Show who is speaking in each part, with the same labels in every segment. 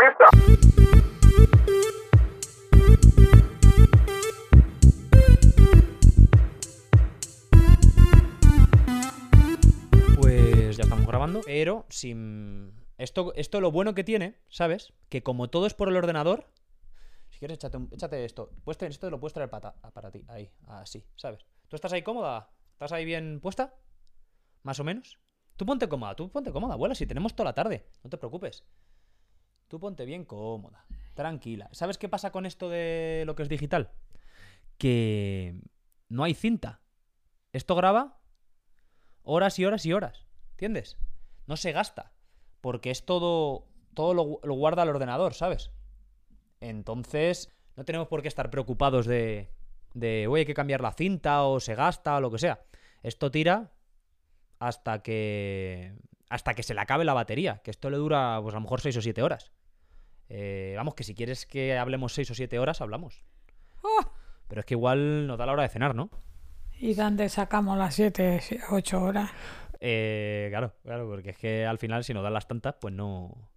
Speaker 1: vista.
Speaker 2: Pues ya estamos grabando, pero sin... Esto, esto lo bueno que tiene, ¿sabes? Que como todo es por el ordenador, si quieres échate, un- échate esto. Puedes traer- esto lo puedes traer para, ta- para ti, ahí, así, ¿sabes? ¿Tú estás ahí cómoda? ¿Estás ahí bien puesta? ¿Más o menos? Tú ponte cómoda, tú ponte cómoda, abuela, si tenemos toda la tarde, no te preocupes. Tú ponte bien cómoda, tranquila. ¿Sabes qué pasa con esto de lo que es digital? Que no hay cinta. Esto graba horas y horas y horas. ¿Entiendes? No se gasta. Porque es todo. Todo lo, gu- lo guarda el ordenador, ¿sabes? Entonces, no tenemos por qué estar preocupados de. de. Oye, hay que cambiar la cinta, o se gasta, o lo que sea. Esto tira hasta que. hasta que se le acabe la batería. Que esto le dura, pues a lo mejor 6 o 7 horas. Eh, vamos, que si quieres que hablemos 6 o 7 horas, hablamos. Pero es que igual nos da la hora de cenar, ¿no?
Speaker 3: ¡Oh! ¿Y dónde sacamos las 7, 8 horas?
Speaker 2: Eh, claro, claro, porque es que al final si no dan las tantas, pues no,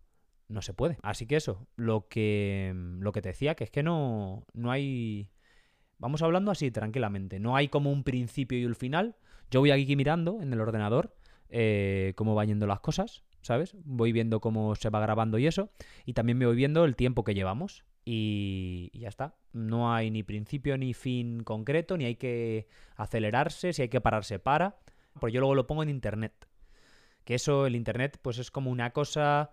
Speaker 2: no se puede. Así que eso, lo que, lo que te decía, que es que no, no hay... Vamos hablando así tranquilamente, no hay como un principio y un final. Yo voy aquí mirando en el ordenador eh, cómo va yendo las cosas, ¿sabes? Voy viendo cómo se va grabando y eso, y también me voy viendo el tiempo que llevamos. Y y ya está. No hay ni principio ni fin concreto, ni hay que acelerarse, si hay que pararse, para. Porque yo luego lo pongo en internet. Que eso, el internet, pues es como una cosa,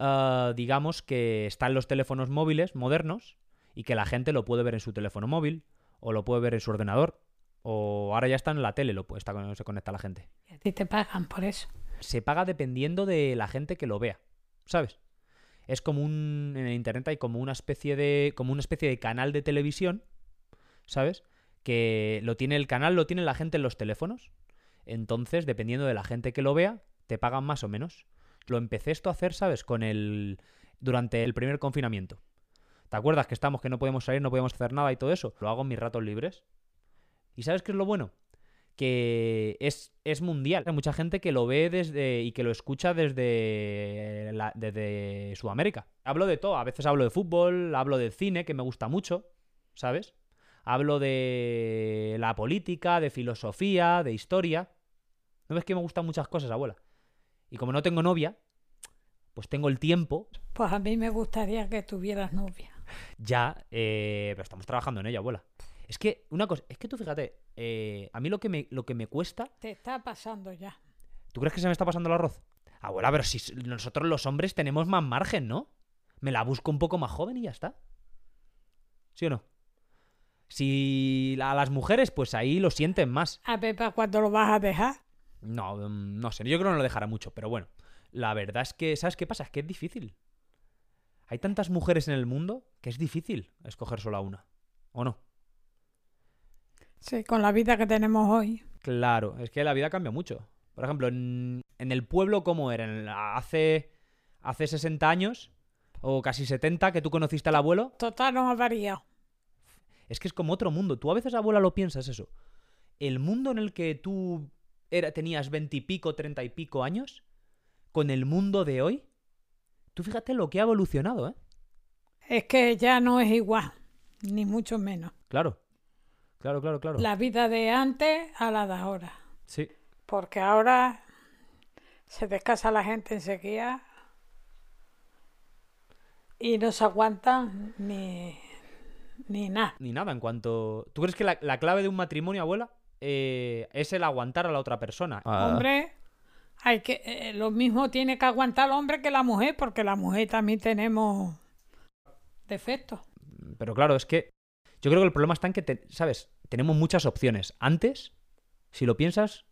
Speaker 2: ah, digamos, que está en los teléfonos móviles modernos y que la gente lo puede ver en su teléfono móvil o lo puede ver en su ordenador. O ahora ya está en la tele, lo puede, está, con- se conecta la gente.
Speaker 3: Y a ti te pagan por eso.
Speaker 2: Se paga dependiendo de la gente que lo vea, ¿sabes? Es como un... En el internet hay como una especie de... como una especie de canal de televisión, ¿sabes? Que lo tiene el canal, lo tiene la gente en los teléfonos. Entonces, dependiendo de la gente que lo vea, te pagan más o menos. Lo empecé esto a hacer, ¿sabes? Con el. durante el primer confinamiento. ¿Te acuerdas que estamos que no podemos salir, no podemos hacer nada y todo eso? Lo hago en mis ratos libres. ¿Y sabes qué es lo bueno? Que es, es mundial. Hay mucha gente que lo ve desde. y que lo escucha desde. la- desde Sudamérica. Hablo de todo. A veces hablo de fútbol, hablo de cine, que me gusta mucho, ¿sabes? Hablo de la política, de filosofía, de historia. ¿No ves que me gustan muchas cosas, abuela? Y como no tengo novia, pues tengo el tiempo.
Speaker 3: Pues a mí me gustaría que tuvieras novia.
Speaker 2: Ya, eh, pero estamos trabajando en ello, abuela. Es que, una cosa, es que tú fíjate, eh, a mí lo que, me, lo que me cuesta.
Speaker 3: Te está pasando ya.
Speaker 2: ¿Tú crees que se me está pasando el arroz? Abuela, pero si s- nosotros los hombres tenemos más margen, ¿no? Me la busco un poco más joven y ya está. ¿Sí o no? Si a las mujeres, pues ahí lo sienten más.
Speaker 3: A ver, ¿para cuándo lo vas a dejar?
Speaker 2: No, mm, no sé, yo creo que no lo dejará mucho, pero bueno. La verdad es que, ¿sabes qué pasa? Es que es difícil. Hay tantas mujeres en el mundo que es difícil escoger solo a una. ¿O no?
Speaker 3: Sí, con la vida que tenemos hoy.
Speaker 2: Claro, es que la vida cambia mucho. Por ejemplo, en, en el pueblo como era En la- hace, hace 60 años o casi 70 que tú conociste al abuelo,
Speaker 3: Total, no ha variado.
Speaker 2: Es que es como otro mundo. Tú a veces, abuela, lo piensas eso. El mundo en el que tú era, tenías veintipico, treinta y pico años, con el mundo de hoy, tú fíjate lo que ha evolucionado, ¿eh?
Speaker 3: Es que ya no es igual, ni mucho menos.
Speaker 2: Claro. Claro, claro, claro.
Speaker 3: La vida de antes a la de ahora.
Speaker 2: Sí.
Speaker 3: Porque ahora se descasa la gente enseguida y no se aguantan ni, ni nada.
Speaker 2: Ni nada en cuanto... ¿Tú crees que la, la clave de un matrimonio, abuela, eh, es el aguantar a la otra persona?
Speaker 3: Hombre, hay que, eh, lo mismo tiene que aguantar el hombre que la mujer, porque la mujer también tenemos defectos.
Speaker 2: Pero claro, es que yo creo que el problema está en que, te- ¿sabes? Tenemos muchas opciones. Antes, si lo piensas,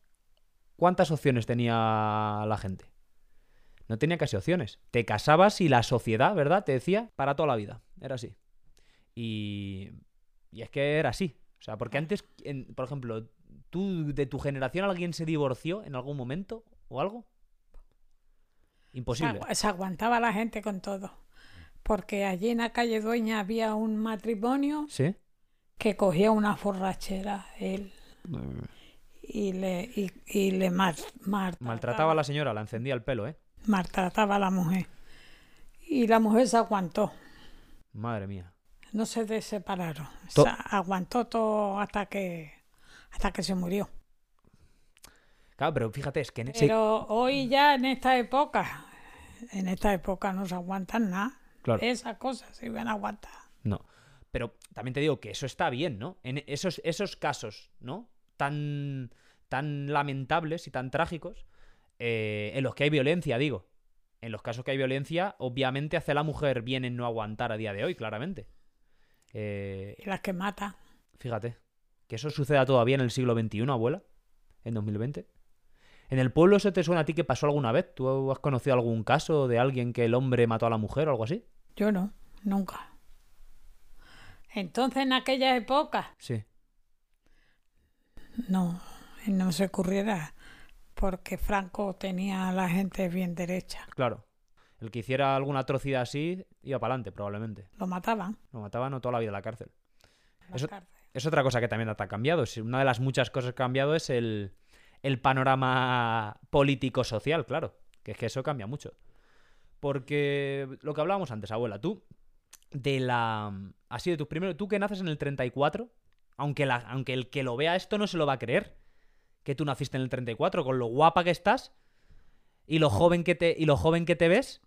Speaker 2: ¿cuántas opciones tenía la gente? No tenía casi opciones. Te casabas y la sociedad, ¿verdad? Te decía, para toda la vida. Era así. Y, y es que era así. O sea, porque antes, en- por ejemplo, ¿tú de tu generación alguien se divorció en algún momento o algo?
Speaker 3: Se
Speaker 2: Imposible.
Speaker 3: agu- Se aguantaba la gente con todo. Porque allí en la calle Dueña había un matrimonio
Speaker 2: ¿Sí?
Speaker 3: que cogía una forrachera él y le, y, y le mar- maltrataba,
Speaker 2: Maltrataba a la señora, la encendía el pelo, ¿eh?
Speaker 3: maltrataba a la mujer. y la mujer se aguantó.
Speaker 2: Madre mía.
Speaker 3: No se de- separaron.
Speaker 2: To-
Speaker 3: O sea, aguantó todo hasta que hasta que se murió.
Speaker 2: Claro, pero fíjate, es que... en- sí,
Speaker 3: Pero hoy ya en esta época, en esta época no se aguantan nada.
Speaker 2: claro.
Speaker 3: Esas cosas se iban a aguantar.
Speaker 2: No. Pero también te digo que eso está bien, ¿no? En esos, esos casos, ¿no? Tan, tan lamentables y tan trágicos, eh, en los que hay violencia, digo. En los casos que hay violencia, obviamente hace a la mujer bien en no aguantar a día de hoy, claramente. Eh,
Speaker 3: Y las que matan.
Speaker 2: fíjate, que eso suceda todavía en el siglo XXI, abuela, en 2020. ¿En el pueblo eso te suena a ti que pasó alguna vez? ¿Tú has conocido algún caso de alguien que el hombre mató a la mujer o algo así?
Speaker 3: Yo no, nunca. Entonces en aquella época
Speaker 2: Sí.
Speaker 3: no, no se ocurriera porque Franco tenía a la gente bien derecha.
Speaker 2: Claro. El que hiciera alguna atrocidad así iba para adelante, probablemente.
Speaker 3: Lo mataban.
Speaker 2: Lo mataban o toda la vida en la cárcel.
Speaker 3: en la
Speaker 2: Eso-
Speaker 3: cárcel.
Speaker 2: Es otra cosa que también ha cambiado. Es Una de las muchas cosas que ha cambiado es el, el panorama político-social, claro. Que es que eso cambia mucho. Porque lo que hablábamos antes, abuela, tú, de la. Así de tus primeros. Tú que naces en el 34, aunque, la, aunque el que lo vea esto no se lo va a creer. Que tú naciste en el 34, con lo guapa que estás y lo joven que te, y lo joven que te ves,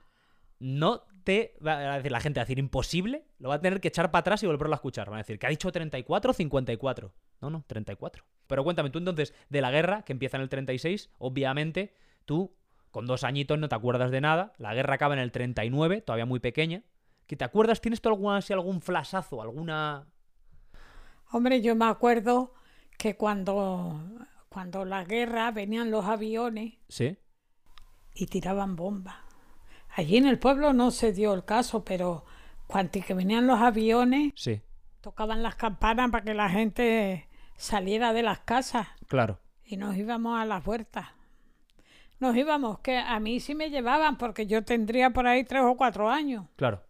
Speaker 2: no te va a decir la gente, va a decir imposible, lo va a tener que echar para atrás y volverlo a escuchar. Van a decir, que ha dicho 34 o 54. No, no, 34. Pero cuéntame tú entonces de la guerra que empieza en el 36, obviamente tú con dos añitos no te acuerdas de nada, la guerra acaba en el 39, todavía muy pequeña. ¿Que te acuerdas? ¿Tienes tú alguna, así algún flasazo, alguna...
Speaker 3: Hombre, yo me acuerdo que cuando, cuando la guerra venían los aviones
Speaker 2: Sí,
Speaker 3: y tiraban bombas. Allí en el pueblo no se dio el caso, pero cuanto que venían los aviones,
Speaker 2: sí,
Speaker 3: tocaban las campanas para que la gente saliera de las casas
Speaker 2: claro.
Speaker 3: y nos íbamos a las huertas. Nos íbamos, que a mí sí me llevaban porque yo tendría por ahí tres o cuatro años.
Speaker 2: Claro.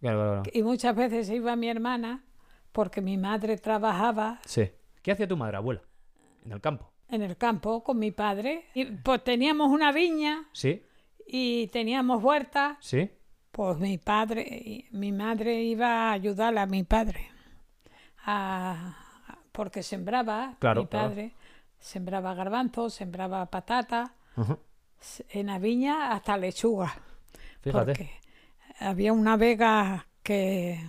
Speaker 2: Claro, claro, claro.
Speaker 3: Y muchas veces iba mi hermana porque mi madre trabajaba
Speaker 2: Sí. ¿Qué hacía tu madre, abuela? En el campo.
Speaker 3: en el campo con mi padre. Y pues teníamos una viña
Speaker 2: Sí,
Speaker 3: y teníamos huertas.
Speaker 2: sí.
Speaker 3: Pues mi padre, mi madre iba a ayudar a mi padre, a- a- porque sembraba,
Speaker 2: Claro,
Speaker 3: mi
Speaker 2: claro.
Speaker 3: padre sembraba garbanzos, sembraba patata,
Speaker 2: Ujú.
Speaker 3: s- en la viña hasta lechuga,
Speaker 2: Fíjate.
Speaker 3: porque había una vega que,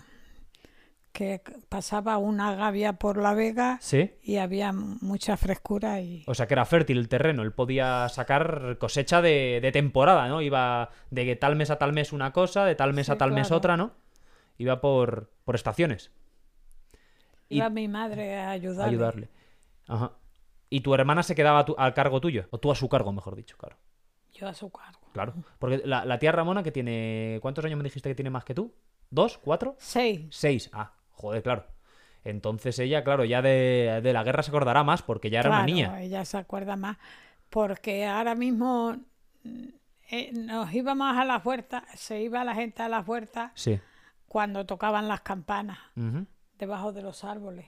Speaker 3: que pasaba una gavia por la vega
Speaker 2: Sí.
Speaker 3: y había mucha frescura y
Speaker 2: O sea, que era fértil el terreno, él podía sacar cosecha de, de temporada, ¿no? Iba de que tal mes a tal mes una cosa, de tal mes
Speaker 3: Sí,
Speaker 2: a tal mes
Speaker 3: claro.
Speaker 2: otra, ¿no? Iba por, por estaciones y-
Speaker 3: iba mi madre a
Speaker 2: a
Speaker 3: ayudarle.
Speaker 2: ayudarle. Ajá. Y tu hermana se quedaba a tu- al cargo tuyo, o tú a su cargo, mejor dicho, claro.
Speaker 3: Yo a su cargo.
Speaker 2: Claro. Porque la, la tía Ramona, que tiene. ¿Cuántos años me dijiste que tiene más que tú? ¿Dos? ¿Cuatro?
Speaker 3: Seis.
Speaker 2: Seis. Ah, joder, claro. Entonces ella, claro, ya de, de la guerra se acordará más porque ya era una
Speaker 3: Claro,
Speaker 2: niña.
Speaker 3: Ella se acuerda más. Porque ahora mismo mm, eh, nos íbamos a las puertas, se iba la gente a las puertas
Speaker 2: Sí.
Speaker 3: cuando tocaban las campanas
Speaker 2: Ujú.
Speaker 3: debajo de los árboles.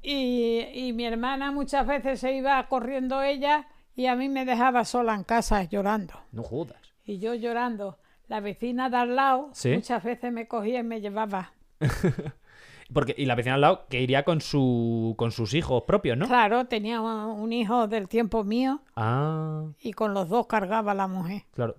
Speaker 3: Y, y mi hermana muchas veces se iba corriendo ella y a mí me dejaba sola en casa llorando.
Speaker 2: No jodas.
Speaker 3: Y yo llorando. La vecina de al lado
Speaker 2: Sí.
Speaker 3: muchas veces me cogía y me llevaba.
Speaker 2: Porque, y la vecina al lado que iría con su con sus hijos propios, ¿no?
Speaker 3: Claro, tenía un un hijo del tiempo mío
Speaker 2: Ah,
Speaker 3: y con los dos cargaba la mujer.
Speaker 2: claro.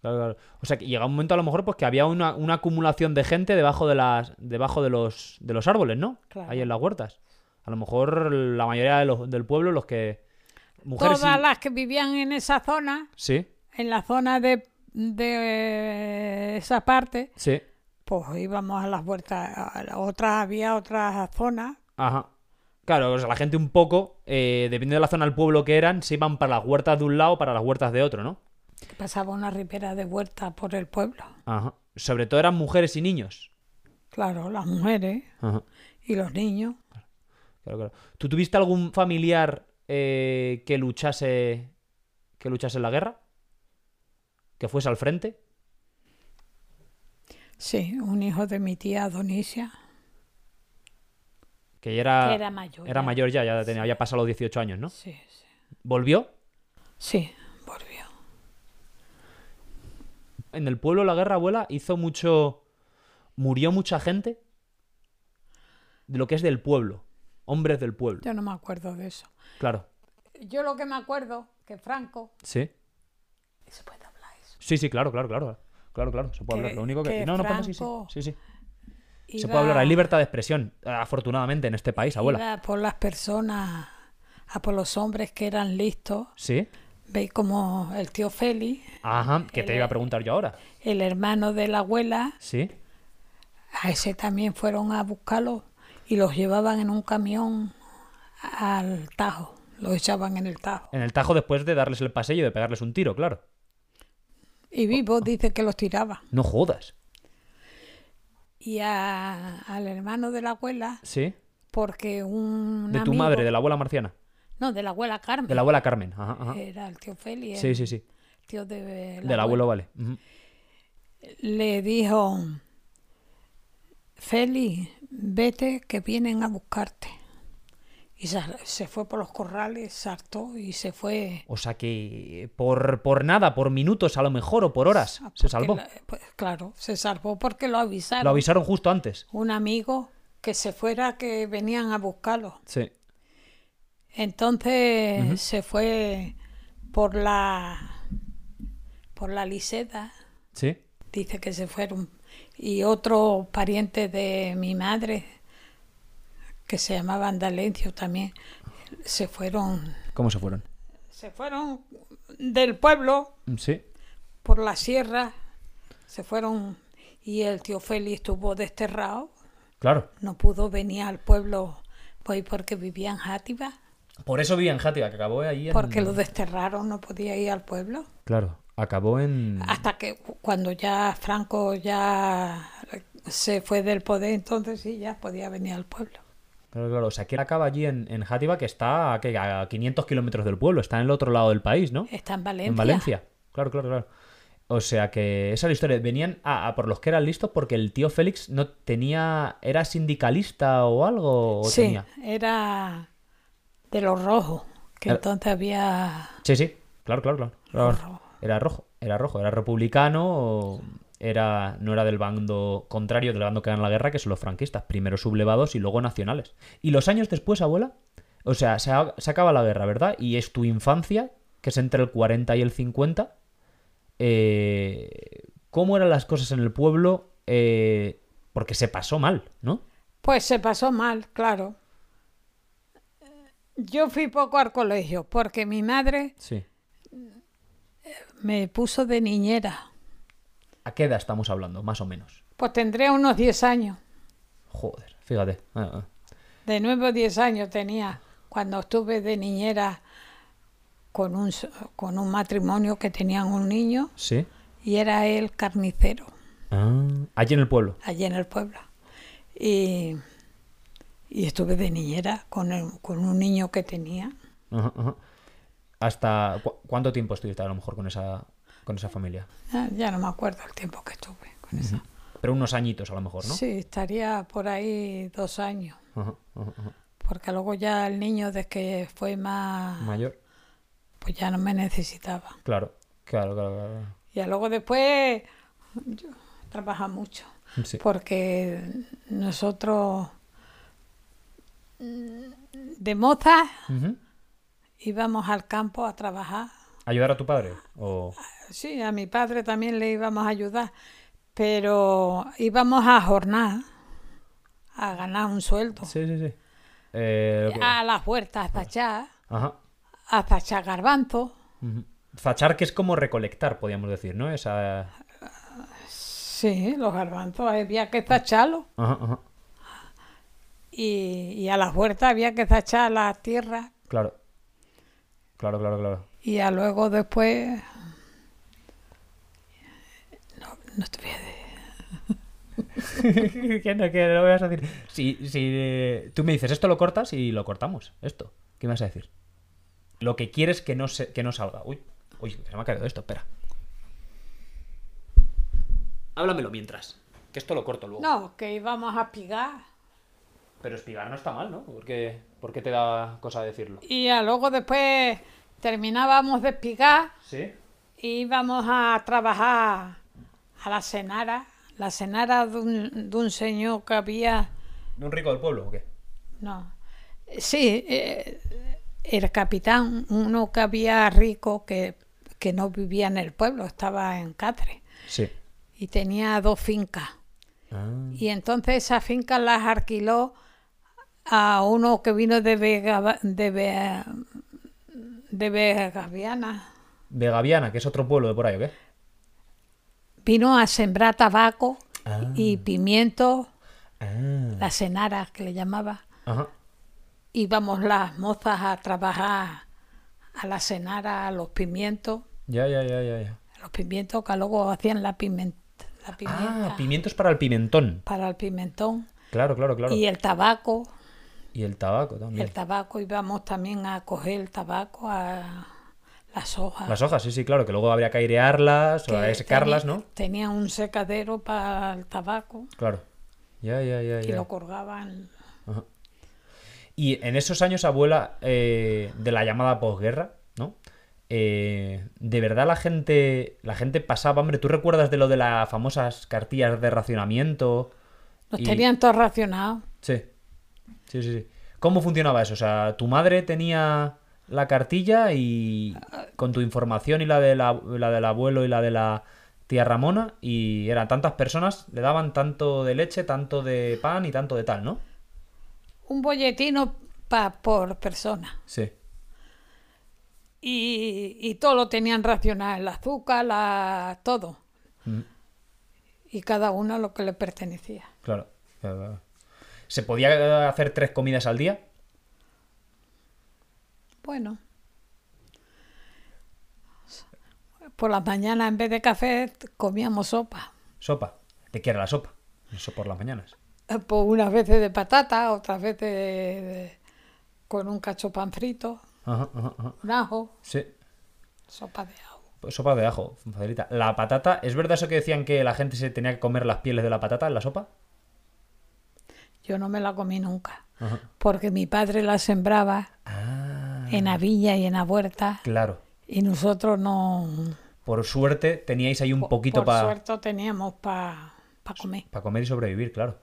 Speaker 2: Claro, claro. O sea que llega un momento a lo mejor pues que había una, una acumulación de gente debajo de las debajo de los de los árboles, ¿no?
Speaker 3: Claro.
Speaker 2: Ahí en las huertas. A lo mejor la mayoría de los- del pueblo los que mujeres
Speaker 3: Todas
Speaker 2: y-
Speaker 3: las que vivían en esa zona,
Speaker 2: Sí,
Speaker 3: en la zona de, de eh, esa parte,
Speaker 2: sí.
Speaker 3: pues íbamos a las vueltas. a la Otra, había otras zonas.
Speaker 2: Ajá. Claro, o sea, la gente un poco, eh, dependiendo de la zona del pueblo que eran, se iban para las huertas de un lado o para las huertas de otro, ¿no?
Speaker 3: que Pasaba una ribera de vuelta por el pueblo.
Speaker 2: Ajá. Sobre todo eran mujeres y niños.
Speaker 3: Claro, las mujeres
Speaker 2: Ajá.
Speaker 3: y los niños.
Speaker 2: Claro, claro. ¿Tú tuviste algún familiar eh, que luchase que luchase en la guerra? ¿Que fuese al frente?
Speaker 3: Sí, un hijo de mi tía Donicia,
Speaker 2: Que ya era,
Speaker 3: que era mayor.
Speaker 2: Ah, era
Speaker 3: ya.
Speaker 2: mayor ya, ya tenía, ya pasado los 18 años, ¿no?
Speaker 3: Sí, sí.
Speaker 2: ¿Volvió?
Speaker 3: Sí, volvió.
Speaker 2: en el pueblo la guerra abuela hizo mucho. Murió mucha gente de lo que es del pueblo. Hombres del pueblo.
Speaker 3: Yo no me acuerdo de eso.
Speaker 2: Claro.
Speaker 3: Yo lo que me acuerdo, que Franco...
Speaker 2: Sí.
Speaker 3: Se puede hablar eso.
Speaker 2: Sí, sí, claro, claro, claro. Claro, claro. Se puede hablar.
Speaker 3: Que-
Speaker 2: Lo único que.
Speaker 3: que
Speaker 2: no, no, perdón, sí, sí,
Speaker 3: Franco
Speaker 2: sí, sí. Se
Speaker 3: Iba-
Speaker 2: puede hablar. Hay libertad de expresión, afortunadamente, en este país, abuela.
Speaker 3: iba por las personas, a por los hombres que eran listos.
Speaker 2: Sí.
Speaker 3: Veis como el tío Félix,
Speaker 2: Ajá, que te iba a preguntar yo ahora.
Speaker 3: el hermano de la abuela,
Speaker 2: Sí.
Speaker 3: a ese también fueron a buscarlo y los llevaban en un camión al Tajo. Los echaban en el Tajo.
Speaker 2: En el Tajo después de darles el paseo y de pegarles un tiro, claro.
Speaker 3: Y Vivo dice que los tiraba.
Speaker 2: No jodas.
Speaker 3: Y a- al hermano de la abuela,
Speaker 2: Sí.
Speaker 3: porque un.
Speaker 2: De tu
Speaker 3: amigo-
Speaker 2: madre, de la abuela marciana.
Speaker 3: No, de la abuela Carmen.
Speaker 2: De la abuela Carmen. Ajá, ajá.
Speaker 3: Era el tío Félix,
Speaker 2: Sí, sí, sí.
Speaker 3: el tío de. Eh, la
Speaker 2: Del
Speaker 3: abuela.
Speaker 2: abuelo, vale. Ujú.
Speaker 3: le dijo, Félix, vete que vienen a buscarte. Y sa- se fue por los corrales, saltó y se fue.
Speaker 2: O sea que por, por nada, por minutos a lo mejor o por horas,
Speaker 3: Ah,
Speaker 2: se
Speaker 3: porque
Speaker 2: salvó.
Speaker 3: la- pues, claro, se salvó porque lo avisaron.
Speaker 2: Lo avisaron justo antes.
Speaker 3: Un amigo que se fuera, que venían a buscarlo.
Speaker 2: Sí.
Speaker 3: Entonces se fue por la por la Liseda,
Speaker 2: Sí.
Speaker 3: dice que se fueron. Y otro pariente de mi madre, que se llamaba Andalencio también, se fueron,
Speaker 2: ¿Cómo se fueron?
Speaker 3: se fueron del pueblo
Speaker 2: Sí.
Speaker 3: por la sierra, se fueron y el tío Félix estuvo desterrado,
Speaker 2: Claro.
Speaker 3: no pudo venir al pueblo pues porque vivía en Játiva,
Speaker 2: Por eso vivía en Játiva, que acabó ahí en...
Speaker 3: porque lo desterraron, no podía ir al pueblo.
Speaker 2: Claro, acabó en...
Speaker 3: Hasta que cu- cuando ya Franco ya se fue del poder, entonces sí, ya podía venir al pueblo.
Speaker 2: Claro, claro. O sea, que acaba allí en, en Játiva, que está ¿qué? a 500 kilómetros del pueblo. Está en el otro lado del país, ¿no?
Speaker 3: Está en Valencia.
Speaker 2: En Valencia. Claro, claro, claro. O sea que esa es la historia. Venían a, a por los que eran listos porque el tío Félix no tenía... ¿Era sindicalista o algo? o
Speaker 3: sí,
Speaker 2: Oh, tenía?
Speaker 3: era de los rojos, que
Speaker 2: Era-
Speaker 3: entonces había...
Speaker 2: Sí, sí, claro, claro, claro. Era rojo,
Speaker 3: rojo.
Speaker 2: era rojo, era, republicano, o era, no era del bando contrario del bando que gana la guerra, que son los franquistas, primero sublevados y luego nacionales. Y los años después, abuela, o sea, se, a- se acaba la guerra, ¿verdad? Y es tu infancia, que es entre el 40 y el 50. eh, ¿Cómo eran las cosas en el pueblo? Eh, porque se pasó mal, ¿no?
Speaker 3: Pues se pasó mal, claro. Yo fui poco al colegio porque mi madre
Speaker 2: Sí.
Speaker 3: me puso de niñera.
Speaker 2: ¿A qué edad estamos hablando, más o menos?
Speaker 3: Pues tendría unos 10 años.
Speaker 2: Joder, fíjate. Ah, ah.
Speaker 3: De nuevo 10 años tenía cuando estuve de niñera con un, s- con un matrimonio que tenían un niño
Speaker 2: Sí.
Speaker 3: y era él carnicero
Speaker 2: Ah, allí en el pueblo.
Speaker 3: allí en el pueblo. Y, y estuve de niñera con, el- con un niño que tenía.
Speaker 2: Ajá, ajá. ¿Hasta cu- cuánto tiempo estuviste a lo mejor con esa, con esa familia?
Speaker 3: Ah, Ya no me acuerdo el tiempo que estuve con eso.
Speaker 2: Pero unos añitos a lo mejor, ¿no?
Speaker 3: Sí, estaría por ahí dos años.
Speaker 2: Ajá, ajá, ajá.
Speaker 3: Porque luego ya el niño, desde que fue más,
Speaker 2: Mayor.
Speaker 3: pues ya no me necesitaba.
Speaker 2: Claro, claro, claro. claro.
Speaker 3: Y luego después yo trabajaba mucho,
Speaker 2: Sí.
Speaker 3: Pues porque nosotros mm, de moza
Speaker 2: Ujú.
Speaker 3: íbamos al campo a trabajar.
Speaker 2: ¿Ayudar a tu padre? O...
Speaker 3: Sí, a mi padre también le íbamos a ayudar, pero íbamos a jornar, a ganar un sueldo,
Speaker 2: Sí, sí, sí. Eh, lo que-
Speaker 3: a las huertas, a tachar,
Speaker 2: Ajá.
Speaker 3: a tachar garbanzo.
Speaker 2: Ujú. Fachar que es como recolectar, podríamos decir, ¿no? Esa... Ajá,
Speaker 3: Sí, los garbanzos había que tacharlos
Speaker 2: ajá.
Speaker 3: y, y a las huertas había que tachar la tierra
Speaker 2: Claro. Claro, claro, claro.
Speaker 3: y a luego después... No, no te voy a decir.
Speaker 2: que no, que no vas a decir. Si, si eh, tú me dices esto lo cortas y lo cortamos, esto. ¿Qué me vas a decir? Lo que quieres que no se, que no salga. Uy, uy, se me ha caído esto, espera. Háblamelo mientras. Que esto lo corto luego.
Speaker 3: No, que íbamos a pigar
Speaker 2: Pero espigar no está mal, ¿no? Porque, porque te da cosa decirlo.
Speaker 3: y a luego después terminábamos de pigar
Speaker 2: ¿Sí?
Speaker 3: y íbamos a trabajar a la cenara, la cenara de un, de un señor que había,
Speaker 2: ¿De un rico del pueblo o qué?
Speaker 3: no, sí, eh, el capitán, uno que había rico que, que no vivía en el pueblo, estaba en Cáceres
Speaker 2: Sí. Ah.
Speaker 3: y tenía dos fincas. Y entonces esas fincas las alquiló a uno que vino de Vega, de, Ve- de Vegaviana.
Speaker 2: De Gaviana, que es otro pueblo de por ahí, ¿o qué?
Speaker 3: Vino a sembrar tabaco
Speaker 2: Ah.
Speaker 3: y pimiento,
Speaker 2: Ah.
Speaker 3: las cenaras que le llamaba.
Speaker 2: Ajá.
Speaker 3: Íbamos las mozas a trabajar a la cenara, a los pimientos,
Speaker 2: Ya, ya, ya, ya. ya.
Speaker 3: a los pimientos que luego hacían la pimienta, la pimienta
Speaker 2: Ah, pimientos para el pimentón.
Speaker 3: para el pimentón
Speaker 2: Claro, claro, claro.
Speaker 3: y el tabaco.
Speaker 2: Y el tabaco también.
Speaker 3: El tabaco íbamos también a coger el tabaco, a las hojas.
Speaker 2: Las hojas, sí, sí, claro, que luego habría que airearlas
Speaker 3: que
Speaker 2: o secarlas,
Speaker 3: tenía-
Speaker 2: ¿no?
Speaker 3: Tenía un secadero para el tabaco
Speaker 2: Claro. Ya, ya, ya,
Speaker 3: y
Speaker 2: ya.
Speaker 3: lo colgaban.
Speaker 2: Ajá. Y en esos años, abuela, eh, de la llamada posguerra, ¿no? Eh, de verdad la gente, la gente pasaba hambre. ¿Tú recuerdas de lo de las famosas cartillas de racionamiento?
Speaker 3: Los
Speaker 2: Y-
Speaker 3: tenían todos racionados.
Speaker 2: Sí. Sí, sí, sí. ¿Cómo funcionaba eso? O sea, tu madre tenía la cartilla y con tu información y la, de la, la del abuelo y la de la tía Ramona y eran tantas personas, le daban tanto de leche, tanto de pan y tanto de tal, ¿no?
Speaker 3: Un bolletino pa- por persona.
Speaker 2: Sí.
Speaker 3: Y, y todo lo tenían racionado, el azúcar, la, todo.
Speaker 2: Mm,
Speaker 3: Y cada uno lo que le pertenecía.
Speaker 2: Claro. Claro, claro. ¿Se podía hacer tres comidas al día?
Speaker 3: Bueno. Por las mañanas, en vez de café, comíamos sopa.
Speaker 2: ¿Sopa? ¿De qué era la sopa? Eso por las mañanas.
Speaker 3: Eh, Pues unas veces de patata, otras veces de- de- con un cacho pan frito,
Speaker 2: Ajá, ajá, ajá.
Speaker 3: un ajo,
Speaker 2: Sí.
Speaker 3: sopa de ajo.
Speaker 2: Pues Sopa de ajo, facilita. La patata, ¿es verdad eso que decían que la gente se tenía que comer las pieles de la patata en la sopa?
Speaker 3: Yo no me la comí nunca,
Speaker 2: Ajá.
Speaker 3: porque mi padre la sembraba
Speaker 2: Ah,
Speaker 3: en la villa y en la huerta,
Speaker 2: claro.
Speaker 3: y nosotros no.
Speaker 2: Por suerte teníais ahí un poquito
Speaker 3: por
Speaker 2: para
Speaker 3: suerte teníamos para comer.
Speaker 2: comer y sobrevivir, claro.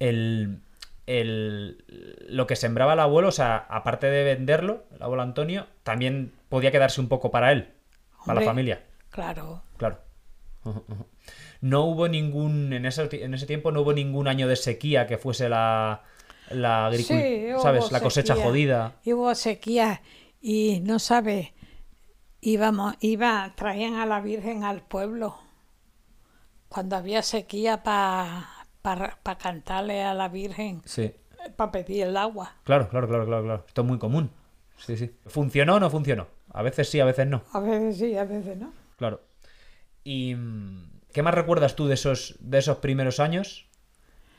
Speaker 2: El, el- lo que sembraba el abuelo, o sea, aparte de venderlo, el abuelo Antonio, también podía quedarse un poco para él, para
Speaker 3: Hombre.
Speaker 2: la familia,
Speaker 3: Claro,
Speaker 2: claro. Ajá, ajá. No hubo ningún, en ese, ti- en ese tiempo no hubo ningún año de sequía que fuese la, la
Speaker 3: Sí,
Speaker 2: agricultura,
Speaker 3: hubo
Speaker 2: ¿sabes? La cosecha
Speaker 3: sequía.
Speaker 2: jodida.
Speaker 3: y hubo sequía, y no sabes, íbamos, iba, traían a la Virgen al pueblo cuando había sequía para cantarle a la Virgen.
Speaker 2: Sí,
Speaker 3: para pedir el agua.
Speaker 2: claro, claro, claro, claro, claro. Esto es muy común. Sí, sí. ¿Funcionó o no funcionó? A veces sí, a veces no.
Speaker 3: A veces sí, a veces no.
Speaker 2: Claro. ¿Y mm, qué más recuerdas tú de esos, de esos primeros años?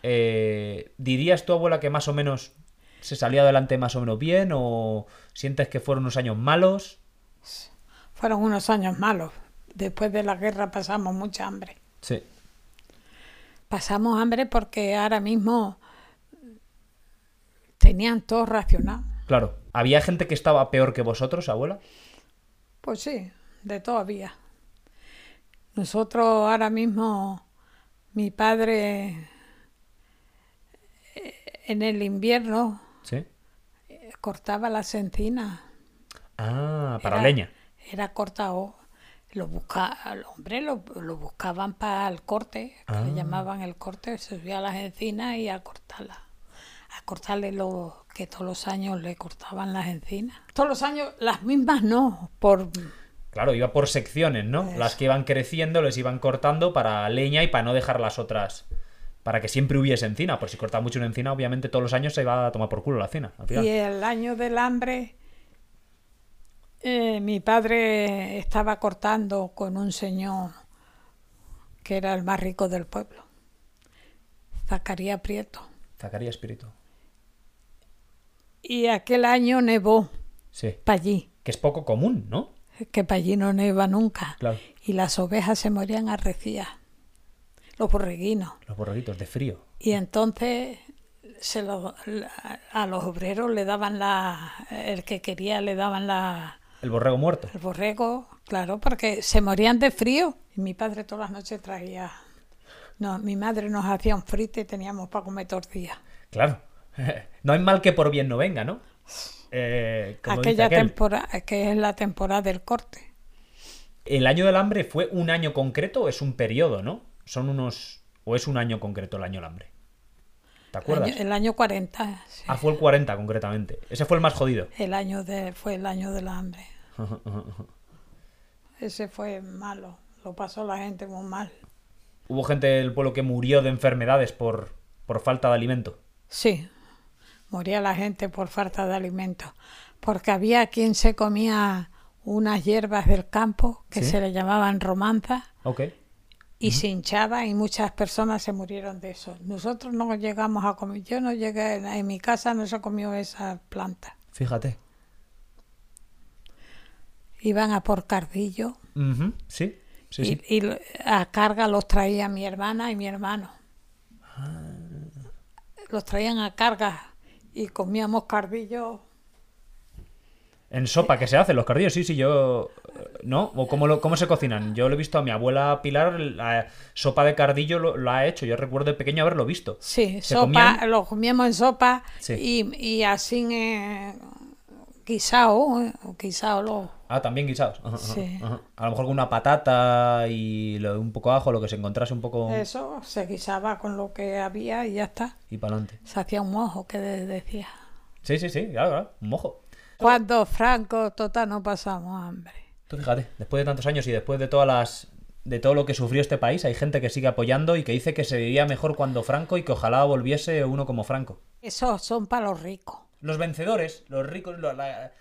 Speaker 2: Eh, ¿Dirías tu abuela que más o menos se salía adelante más o menos bien? ¿O sientes que fueron unos años malos?
Speaker 3: Fueron unos años malos. Después de la guerra pasamos mucha hambre.
Speaker 2: Sí.
Speaker 3: Pasamos hambre porque ahora mismo tenían todo racionado.
Speaker 2: Claro. ¿Había gente que estaba peor que vosotros, abuela?
Speaker 3: Pues sí, de todo había. Nosotros ahora mismo, mi padre eh, en el invierno
Speaker 2: Sí.
Speaker 3: eh, cortaba las encinas.
Speaker 2: Ah, para
Speaker 3: Era-
Speaker 2: leña.
Speaker 3: Era cortado. Lo busca, al hombre lo, lo buscaban para el corte, que
Speaker 2: Ah.
Speaker 3: le llamaban el corte, se subía a las encinas y a cortarlas. A cortarle lo que todos los años le cortaban las encinas. Todos los años las mismas no, por
Speaker 2: Claro, iba por secciones, ¿no?
Speaker 3: Pues
Speaker 2: Las que iban creciendo les iban cortando para leña y para no dejar las otras. Para que siempre hubiese encina. Por si cortaba mucho una encina, obviamente todos los años se iba a tomar por culo la encina. al final.
Speaker 3: Y eh, el año del hambre, eh, mi padre estaba cortando con un señor que era el más rico del pueblo, Zacarías Prieto.
Speaker 2: Zacarías Espíritu.
Speaker 3: Y aquel año nevó
Speaker 2: Sí.
Speaker 3: para allí,
Speaker 2: Que es poco común, ¿no?
Speaker 3: que para allí no neva nunca.
Speaker 2: Claro.
Speaker 3: Y las ovejas se morían arrecías, los borreguinos.
Speaker 2: Los borreguitos de frío.
Speaker 3: Y entonces se lo- la- a los obreros le daban la, el que quería le daban la,
Speaker 2: El borrego muerto.
Speaker 3: El borrego, claro, porque se morían de frío. Y mi padre todas las noches traía. No, mi madre nos hacía un frito y teníamos para comer tortillas.
Speaker 2: Claro. No hay mal que por bien no venga, ¿no? Eh, como dice
Speaker 3: Aquella
Speaker 2: aquel.
Speaker 3: temporada, que es la temporada del corte.
Speaker 2: ¿El año del hambre fue un año concreto o es un periodo, no? Son unos. ¿O es un año concreto el año del hambre? ¿Te
Speaker 3: El
Speaker 2: acuerdas?
Speaker 3: año, el año 40. sí.
Speaker 2: Ah, fue el 40 concretamente. Ese fue el más jodido.
Speaker 3: El año de, fue el año del hambre. Ese fue malo. Lo pasó la gente muy mal.
Speaker 2: Hubo gente del pueblo que murió de enfermedades por, por falta de alimento.
Speaker 3: Sí, moría la gente por falta de alimento, porque había quien se comía unas hierbas del campo que
Speaker 2: Sí.
Speaker 3: se le llamaban romanza
Speaker 2: Ok.
Speaker 3: y se hinchaba y muchas personas se murieron de eso. Nosotros no llegamos a comer, yo no llegué, en mi casa no se comió esa planta.
Speaker 2: Fíjate.
Speaker 3: Iban a por cardillo
Speaker 2: Ujú, Sí. Sí,
Speaker 3: y,
Speaker 2: sí.
Speaker 3: y lo- a carga los traía mi hermana y mi hermano.
Speaker 2: Ah.
Speaker 3: Los traían a carga y comíamos cardillo
Speaker 2: En sopa que se hacen los cardillos, sí, sí, yo. eh, ¿No? ¿O cómo, lo- cómo se cocinan? Yo lo he visto a mi abuela Pilar, la sopa de cardillo lo, la ha hecho. Yo recuerdo de pequeño haberlo visto.
Speaker 3: Sí,
Speaker 2: ¿Se
Speaker 3: sopa,
Speaker 2: comían?
Speaker 3: lo comíamos en sopa
Speaker 2: Sí.
Speaker 3: y, y así eh, guisado, eh, o guisado lo...
Speaker 2: Ah, también guisados. Ajá, ajá,
Speaker 3: Sí.
Speaker 2: ajá. A lo mejor con una patata y lo- un poco de ajo, lo que se encontrase un poco.
Speaker 3: Eso se guisaba con lo que había y ya está.
Speaker 2: Y para adelante.
Speaker 3: Se hacía un mojo que de- decía.
Speaker 2: Sí, sí, sí, claro, claro. Un mojo.
Speaker 3: Cuando Franco, total, no pasamos hambre.
Speaker 2: Tú fíjate, después de tantos años y después de todas las de todo lo que sufrió este país, hay gente que sigue apoyando y que dice que se vivía mejor cuando Franco y que ojalá volviese uno como Franco.
Speaker 3: Esos son para los ricos.
Speaker 2: Los vencedores, los ricos, lo- la-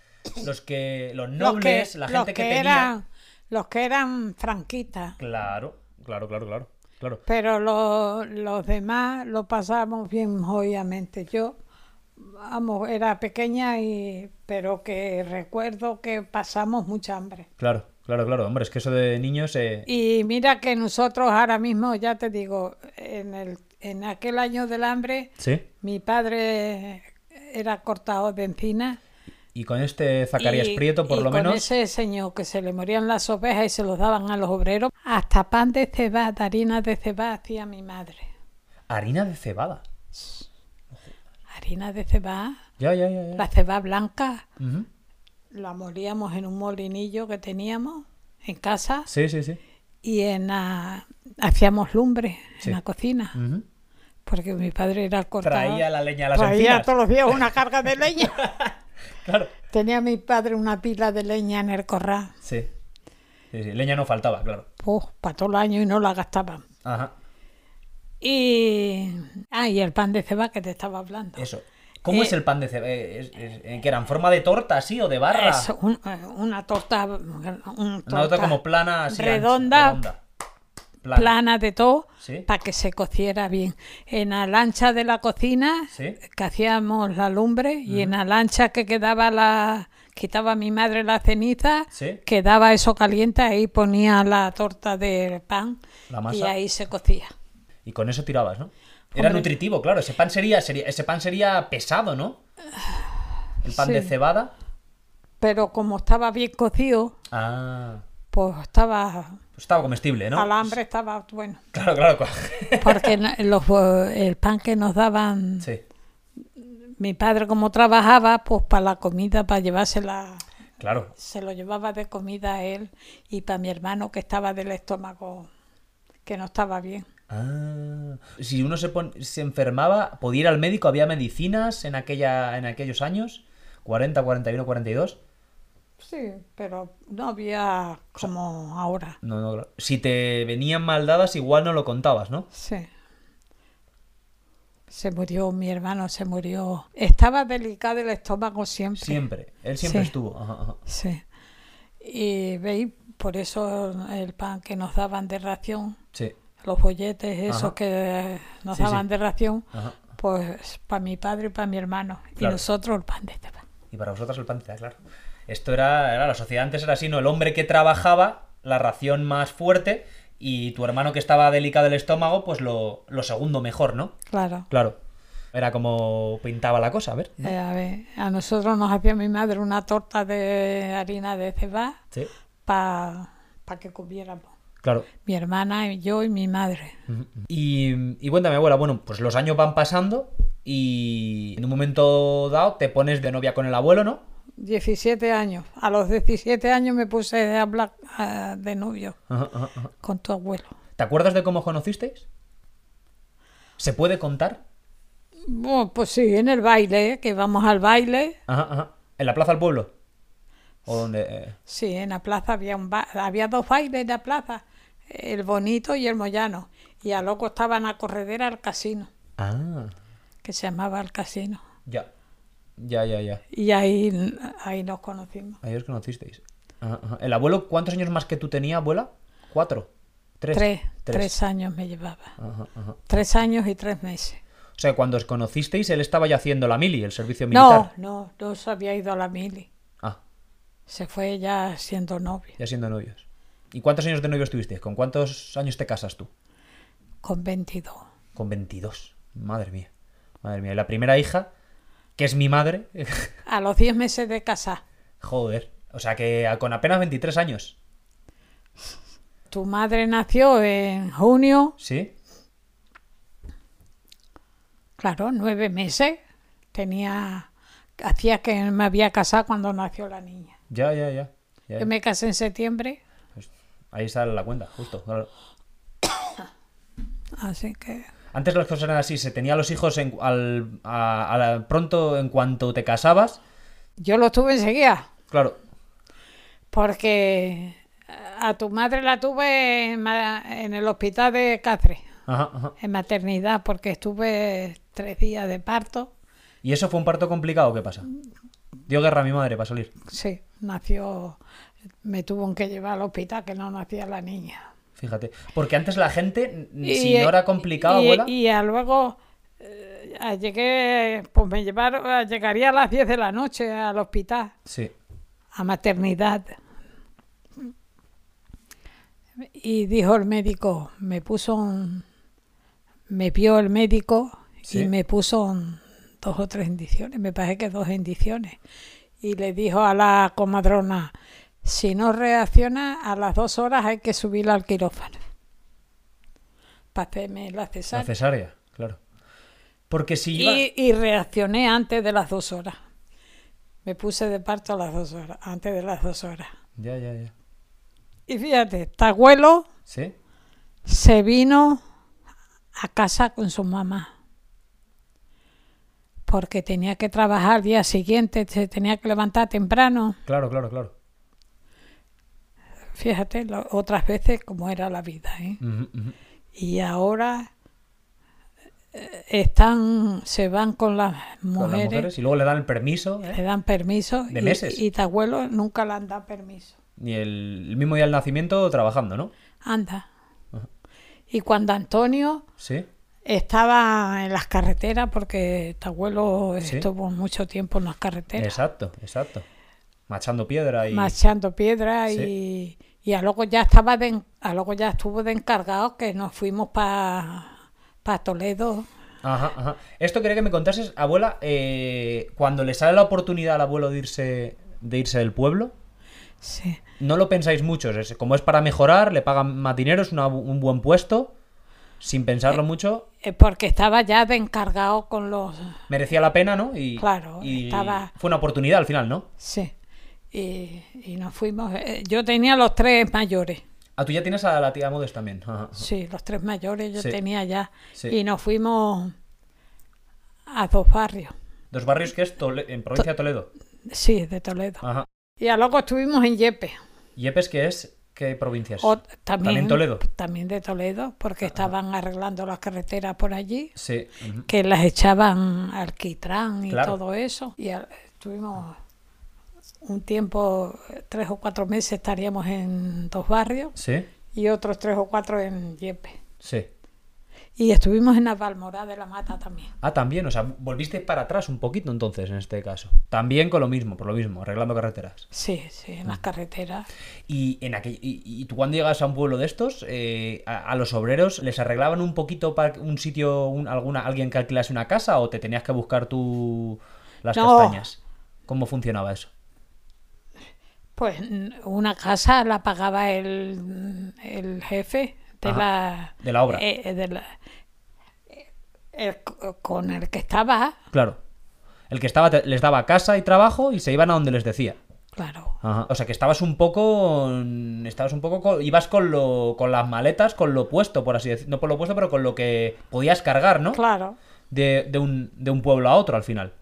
Speaker 2: los que los
Speaker 3: Los que-
Speaker 2: nobles, la
Speaker 3: los
Speaker 2: gente que, tenía.
Speaker 3: eran, los que eran franquistas.
Speaker 2: Claro, claro, claro, claro, claro.
Speaker 3: Pero lo- los demás lo pasamos bien joyamente. Yo vamos, era pequeña, y, pero que recuerdo que pasamos mucha hambre.
Speaker 2: Claro, claro, claro. Hombre, es que eso de niños eh,
Speaker 3: Y mira que nosotros ahora mismo, ya te digo, en, el, en aquel año del hambre,
Speaker 2: Sí.
Speaker 3: mi padre era cortado de encina.
Speaker 2: Y con este Zacarías
Speaker 3: y-
Speaker 2: Prieto, por
Speaker 3: y
Speaker 2: lo
Speaker 3: con
Speaker 2: menos.
Speaker 3: ese señor que se le morían las ovejas y se los daban a los obreros. Hasta pan de cebada, harina de cebada hacía mi madre.
Speaker 2: Harina de cebada.
Speaker 3: Harina de cebada.
Speaker 2: Ya, ya, ya. ya.
Speaker 3: La cebada blanca
Speaker 2: Ujú.
Speaker 3: la molíamos en un molinillo que teníamos en casa
Speaker 2: Sí, sí, sí.
Speaker 3: y en la- hacíamos lumbre
Speaker 2: Sí.
Speaker 3: en la cocina,
Speaker 2: Ujú.
Speaker 3: porque mi padre era cortado.
Speaker 2: Traía la leña a las
Speaker 3: Traía
Speaker 2: encinas.
Speaker 3: todos los días una carga de leña.
Speaker 2: Claro.
Speaker 3: Tenía mi padre una pila de leña en el corral, Pues,
Speaker 2: Sí. Sí, sí, Leña no faltaba, claro.
Speaker 3: para todo el año y no la gastaban.
Speaker 2: Ajá.
Speaker 3: Y, ah, y el pan de cebada que te estaba hablando.
Speaker 2: Eso. ¿Cómo
Speaker 3: Eh,
Speaker 2: es el pan de cebada? ¿Que era en forma de torta, sí, o de barra?
Speaker 3: Eso, un- eh, una torta, un-
Speaker 2: Una torta como plana, así, ancha,
Speaker 3: redonda,
Speaker 2: redonda. Plana.
Speaker 3: plana de todo
Speaker 2: Sí.
Speaker 3: para que se cociera bien. En la lancha de la cocina
Speaker 2: Sí.
Speaker 3: que hacíamos la lumbre y en la lancha que quedaba la quitaba mi madre la ceniza,
Speaker 2: Sí.
Speaker 3: quedaba eso caliente ahí ponía la torta de pan
Speaker 2: La masa.
Speaker 3: y ahí se cocía.
Speaker 2: Y con eso tirabas, ¿no? Era
Speaker 3: Hombre.
Speaker 2: nutritivo, claro. Ese pan sería, sería, ese pan sería pesado, ¿no? El pan
Speaker 3: Sí.
Speaker 2: de cebada.
Speaker 3: Pero como estaba bien cocido,
Speaker 2: Ah.
Speaker 3: pues estaba
Speaker 2: Pues estaba comestible, ¿no?
Speaker 3: alambre estaba bueno,
Speaker 2: Claro, claro. claro.
Speaker 3: porque no- los, eh, el pan que nos daban
Speaker 2: Sí.
Speaker 3: mi padre como trabajaba, pues para la comida para llevársela
Speaker 2: Claro.
Speaker 3: se lo llevaba de comida a él y para mi hermano que estaba del estómago, que no estaba bien.
Speaker 2: Ah. Si uno se, pon- se enfermaba, podía ir al médico, había medicinas en, aquella, en aquellos años, 40, 41, 42.
Speaker 3: Sí, pero no había como ahora.
Speaker 2: No, no, claro. Si te venían mal dadas, igual no lo contabas, ¿no?
Speaker 3: Sí. Se murió, mi hermano se murió. Estaba delicado el estómago siempre.
Speaker 2: Siempre. Él siempre
Speaker 3: Sí.
Speaker 2: estuvo. Ajá, ajá.
Speaker 3: Sí. Y veis, por eso el pan que nos daban de ración,
Speaker 2: Sí.
Speaker 3: los bolletes esos
Speaker 2: Ajá.
Speaker 3: que nos
Speaker 2: Sí, sí.
Speaker 3: daban de ración,
Speaker 2: Ajá.
Speaker 3: pues para mi padre y para mi hermano. Y
Speaker 2: Claro.
Speaker 3: nosotros el pan de este pan.
Speaker 2: Y para vosotras el pan te da, claro. Esto era, era- La sociedad antes era así, ¿no? El hombre que trabajaba, la ración más fuerte, y tu hermano que estaba delicado del estómago, pues lo, lo segundo mejor, ¿no?
Speaker 3: Claro.
Speaker 2: Claro. Era como pintaba la cosa, a ver.
Speaker 3: Eh, a ver, a nosotros nos hacía mi madre una torta de harina de cebada
Speaker 2: Sí,
Speaker 3: para que comiéramos.
Speaker 2: claro.
Speaker 3: Mi hermana, y yo y mi madre.
Speaker 2: Ujú. Y, y cuéntame, abuela, bueno, pues los años van pasando y en un momento dado te pones de novia con el abuelo, ¿no?
Speaker 3: 17 años. A los 17 años me puse a hablar ah, de novio
Speaker 2: Ajá, ajá, ajá.
Speaker 3: con tu abuelo.
Speaker 2: ¿Te acuerdas de cómo os conocisteis? ¿Se puede contar?
Speaker 3: Bueno, pues sí, en el baile, que vamos al baile.
Speaker 2: Ajá, ajá. ¿En la plaza del pueblo? ¿O donde...? eh?
Speaker 3: Sí, en la plaza había, un ba- había dos bailes en la plaza, el bonito y el moyano. Y a loco estaba en la corredera el casino,
Speaker 2: Ah,
Speaker 3: que se llamaba el casino.
Speaker 2: ya. Ya, ya, ya.
Speaker 3: Y ahí, ahí nos conocimos.
Speaker 2: Ahí os conocisteis. Ajá, ajá. ¿El abuelo cuántos años más que tú tenía, abuela? ¿Cuatro? ¿Tres?
Speaker 3: Tres, tres años me llevaba.
Speaker 2: Ajá, ajá.
Speaker 3: Tres años y tres meses.
Speaker 2: O sea, cuando os conocisteis, él estaba ya haciendo la mili, el servicio militar.
Speaker 3: No, no, no se había ido a la mili.
Speaker 2: Ah,
Speaker 3: Se fue ya siendo novia,
Speaker 2: ya siendo novios. ¿Y cuántos años de novios tuvisteis? ¿Con cuántos años te casas tú?
Speaker 3: con 22.
Speaker 2: Con 22. Madre mía. Madre mía. Y la primera hija, que es mi madre.
Speaker 3: A los 10 meses de casa,
Speaker 2: Joder. O sea, que a- con apenas 23 años.
Speaker 3: tu madre nació en junio,
Speaker 2: ¿Sí?
Speaker 3: claro, nueve meses. Tenía, hacía que me había casado cuando nació la niña.
Speaker 2: Ya, ya, ya. Ya,
Speaker 3: Yo me casé en septiembre,
Speaker 2: pues, ahí sale la cuenta, justo. claro.
Speaker 3: así que
Speaker 2: Antes las cosas eran así, se tenía los hijos en- al, a- a la- pronto en cuanto te casabas.
Speaker 3: yo lo tuve enseguida,
Speaker 2: Claro,
Speaker 3: porque a tu madre la tuve en, ma- en el hospital de Cáceres,
Speaker 2: ajá, ajá.
Speaker 3: en maternidad, porque estuve tres días de parto.
Speaker 2: ¿Y eso fue un parto complicado? ¿Qué pasa? Dio guerra a mi madre para salir.
Speaker 3: Sí, nació, me tuvo que llevar al hospital que no nacía la niña.
Speaker 2: Fíjate. Porque antes la gente, n-
Speaker 3: Y,
Speaker 2: si no
Speaker 3: eh,
Speaker 2: era complicado,
Speaker 3: y,
Speaker 2: abuela.
Speaker 3: y, ah, luego eh, ah, llegué, pues me llevaron, ah, llegaría a las 10 de la noche al hospital,
Speaker 2: Sí.
Speaker 3: a maternidad. Y dijo el médico, me puso un- me vio el médico
Speaker 2: Sí.
Speaker 3: y me puso un- dos o tres indiciones, me parece que dos indiciones. Y le dijo a la comadrona, si no reacciona, a las dos horas hay que subirla al quirófano. Para hacerme la
Speaker 2: La
Speaker 3: cesárea.
Speaker 2: cesárea, claro. Porque si iba.
Speaker 3: Y, y reaccioné antes de las dos horas. Me puse de parto a las dos horas, antes de las dos horas.
Speaker 2: Ya, ya, ya.
Speaker 3: Y fíjate, tu abuelo
Speaker 2: ¿Sí?
Speaker 3: se vino a casa con su mamá. Porque tenía que trabajar al día siguiente, se tenía que levantar temprano.
Speaker 2: Claro, claro, claro.
Speaker 3: Fíjate, lo- otras veces cómo era la vida. ¿eh?
Speaker 2: Ujú, ujú.
Speaker 3: Y ahora eh, están, se van con las
Speaker 2: Con las mujeres. Y luego le dan el permiso. ¿eh?
Speaker 3: Le dan permiso
Speaker 2: De
Speaker 3: y,
Speaker 2: meses.
Speaker 3: y tu abuelo nunca le han dado permiso.
Speaker 2: Y el, el mismo día del nacimiento trabajando, ¿no?
Speaker 3: Anda. Y cuando Antonio
Speaker 2: Sí.
Speaker 3: estaba en las carreteras, porque tu abuelo
Speaker 2: Sí.
Speaker 3: estuvo mucho tiempo en las carreteras,
Speaker 2: Exacto, exacto. Machando piedra y.
Speaker 3: machando piedra y, y a loco ya estaba de, en- a loco ya estuvo de encargado que nos fuimos para Toledo.
Speaker 2: Ajá, ajá. Esto quería que me contases, abuela, eh, cuando le sale la oportunidad al abuelo de irse, de irse del pueblo,
Speaker 3: Sí.
Speaker 2: no lo pensáis mucho. es- como es para mejorar, le pagan más dinero, es una bu- un buen puesto, sin pensarlo mucho,
Speaker 3: Eh, Porque estaba ya de encargado con los
Speaker 2: merecía la pena, ¿no? Y,
Speaker 3: Claro,
Speaker 2: y
Speaker 3: estaba-
Speaker 2: fue una oportunidad al final, ¿no?
Speaker 3: sí. Y, y nos fuimos. eh, Yo tenía los tres mayores.
Speaker 2: Ah, tú ya tienes a la tía Modes también. Ajá, ajá.
Speaker 3: Sí, los tres mayores yo
Speaker 2: Sí.
Speaker 3: tenía ya.
Speaker 2: Sí.
Speaker 3: Y nos fuimos a dos barrios,
Speaker 2: Dos barrios que es Tole- en provincia de Toledo.
Speaker 3: sí, de Toledo.
Speaker 2: Ajá.
Speaker 3: Y a loco estuvimos en Yepe,
Speaker 2: Yepes que es qué provincias.
Speaker 3: o- también,
Speaker 2: Pues, ¿También Toledo?
Speaker 3: también de Toledo, porque estaban arreglando las carreteras por allí,
Speaker 2: Sí. ujú.
Speaker 3: que las echaban alquitrán y
Speaker 2: Claro.
Speaker 3: todo eso. Y a- estuvimos un tiempo, tres o cuatro meses estaríamos en dos barrios
Speaker 2: Sí.
Speaker 3: y otros tres o cuatro en Yepe.
Speaker 2: Sí.
Speaker 3: Y estuvimos en la Valmorá de la Mata también.
Speaker 2: Ah, también, o sea, volviste para atrás un poquito entonces en este caso. También con lo mismo, por lo mismo, arreglando carreteras.
Speaker 3: Sí, sí, en
Speaker 2: Ah.
Speaker 3: las carreteras.
Speaker 2: Y, en aquel, y, y tú cuando llegas a un pueblo de estos, eh, a, a los obreros, ¿les arreglaban un poquito para un sitio, un- alguna, alguien que alquilase una casa o te tenías que buscar tú las
Speaker 3: No.
Speaker 2: castañas? ¿Cómo funcionaba eso?
Speaker 3: Pues n- una casa la pagaba el, el jefe de
Speaker 2: Ajá,
Speaker 3: la...
Speaker 2: de la obra.
Speaker 3: eh, eh, de la- eh, el co- con el que estaba,
Speaker 2: Claro. El que estaba te- les daba casa y trabajo y se iban a donde les decía.
Speaker 3: claro.
Speaker 2: Ajá. O sea que estabas un poco. en- Estabas un poco. co- ibas con lo. con las maletas, con lo puesto, por así decirlo. No por lo puesto, pero con lo que podías cargar, ¿no?
Speaker 3: Claro.
Speaker 2: De, de un, de un pueblo a otro al final.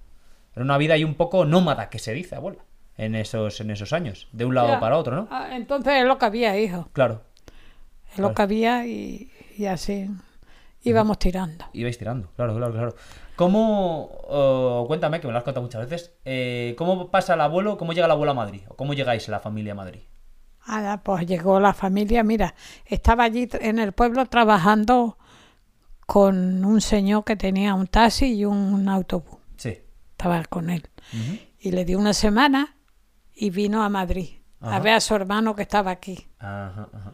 Speaker 2: Era una vida ahí un poco nómada, que se dice, abuela. En esos, en esos años. De un lado
Speaker 3: Ya.
Speaker 2: para otro, ¿no?
Speaker 3: Ah, Entonces es lo que había, hijo.
Speaker 2: Claro.
Speaker 3: Es
Speaker 2: Pues.
Speaker 3: lo que había y, y así íbamos tirando.
Speaker 2: Ibais tirando, claro, claro, claro. ¿Cómo, eh, cuéntame, que me lo has contado muchas veces, eh, cómo pasa el abuelo, cómo llega el abuelo a Madrid? ¿O cómo llegáis la familia a Madrid?
Speaker 3: Ah, pues llegó la familia, mira, estaba allí tra- en el pueblo trabajando con un señor que tenía un taxi y un autobús.
Speaker 2: Sí.
Speaker 3: Estaba con él.
Speaker 2: Ujú.
Speaker 3: Y le dio una semana y vino a Madrid
Speaker 2: Ajá.
Speaker 3: a ver a su hermano que estaba aquí.
Speaker 2: Ajá, ajá.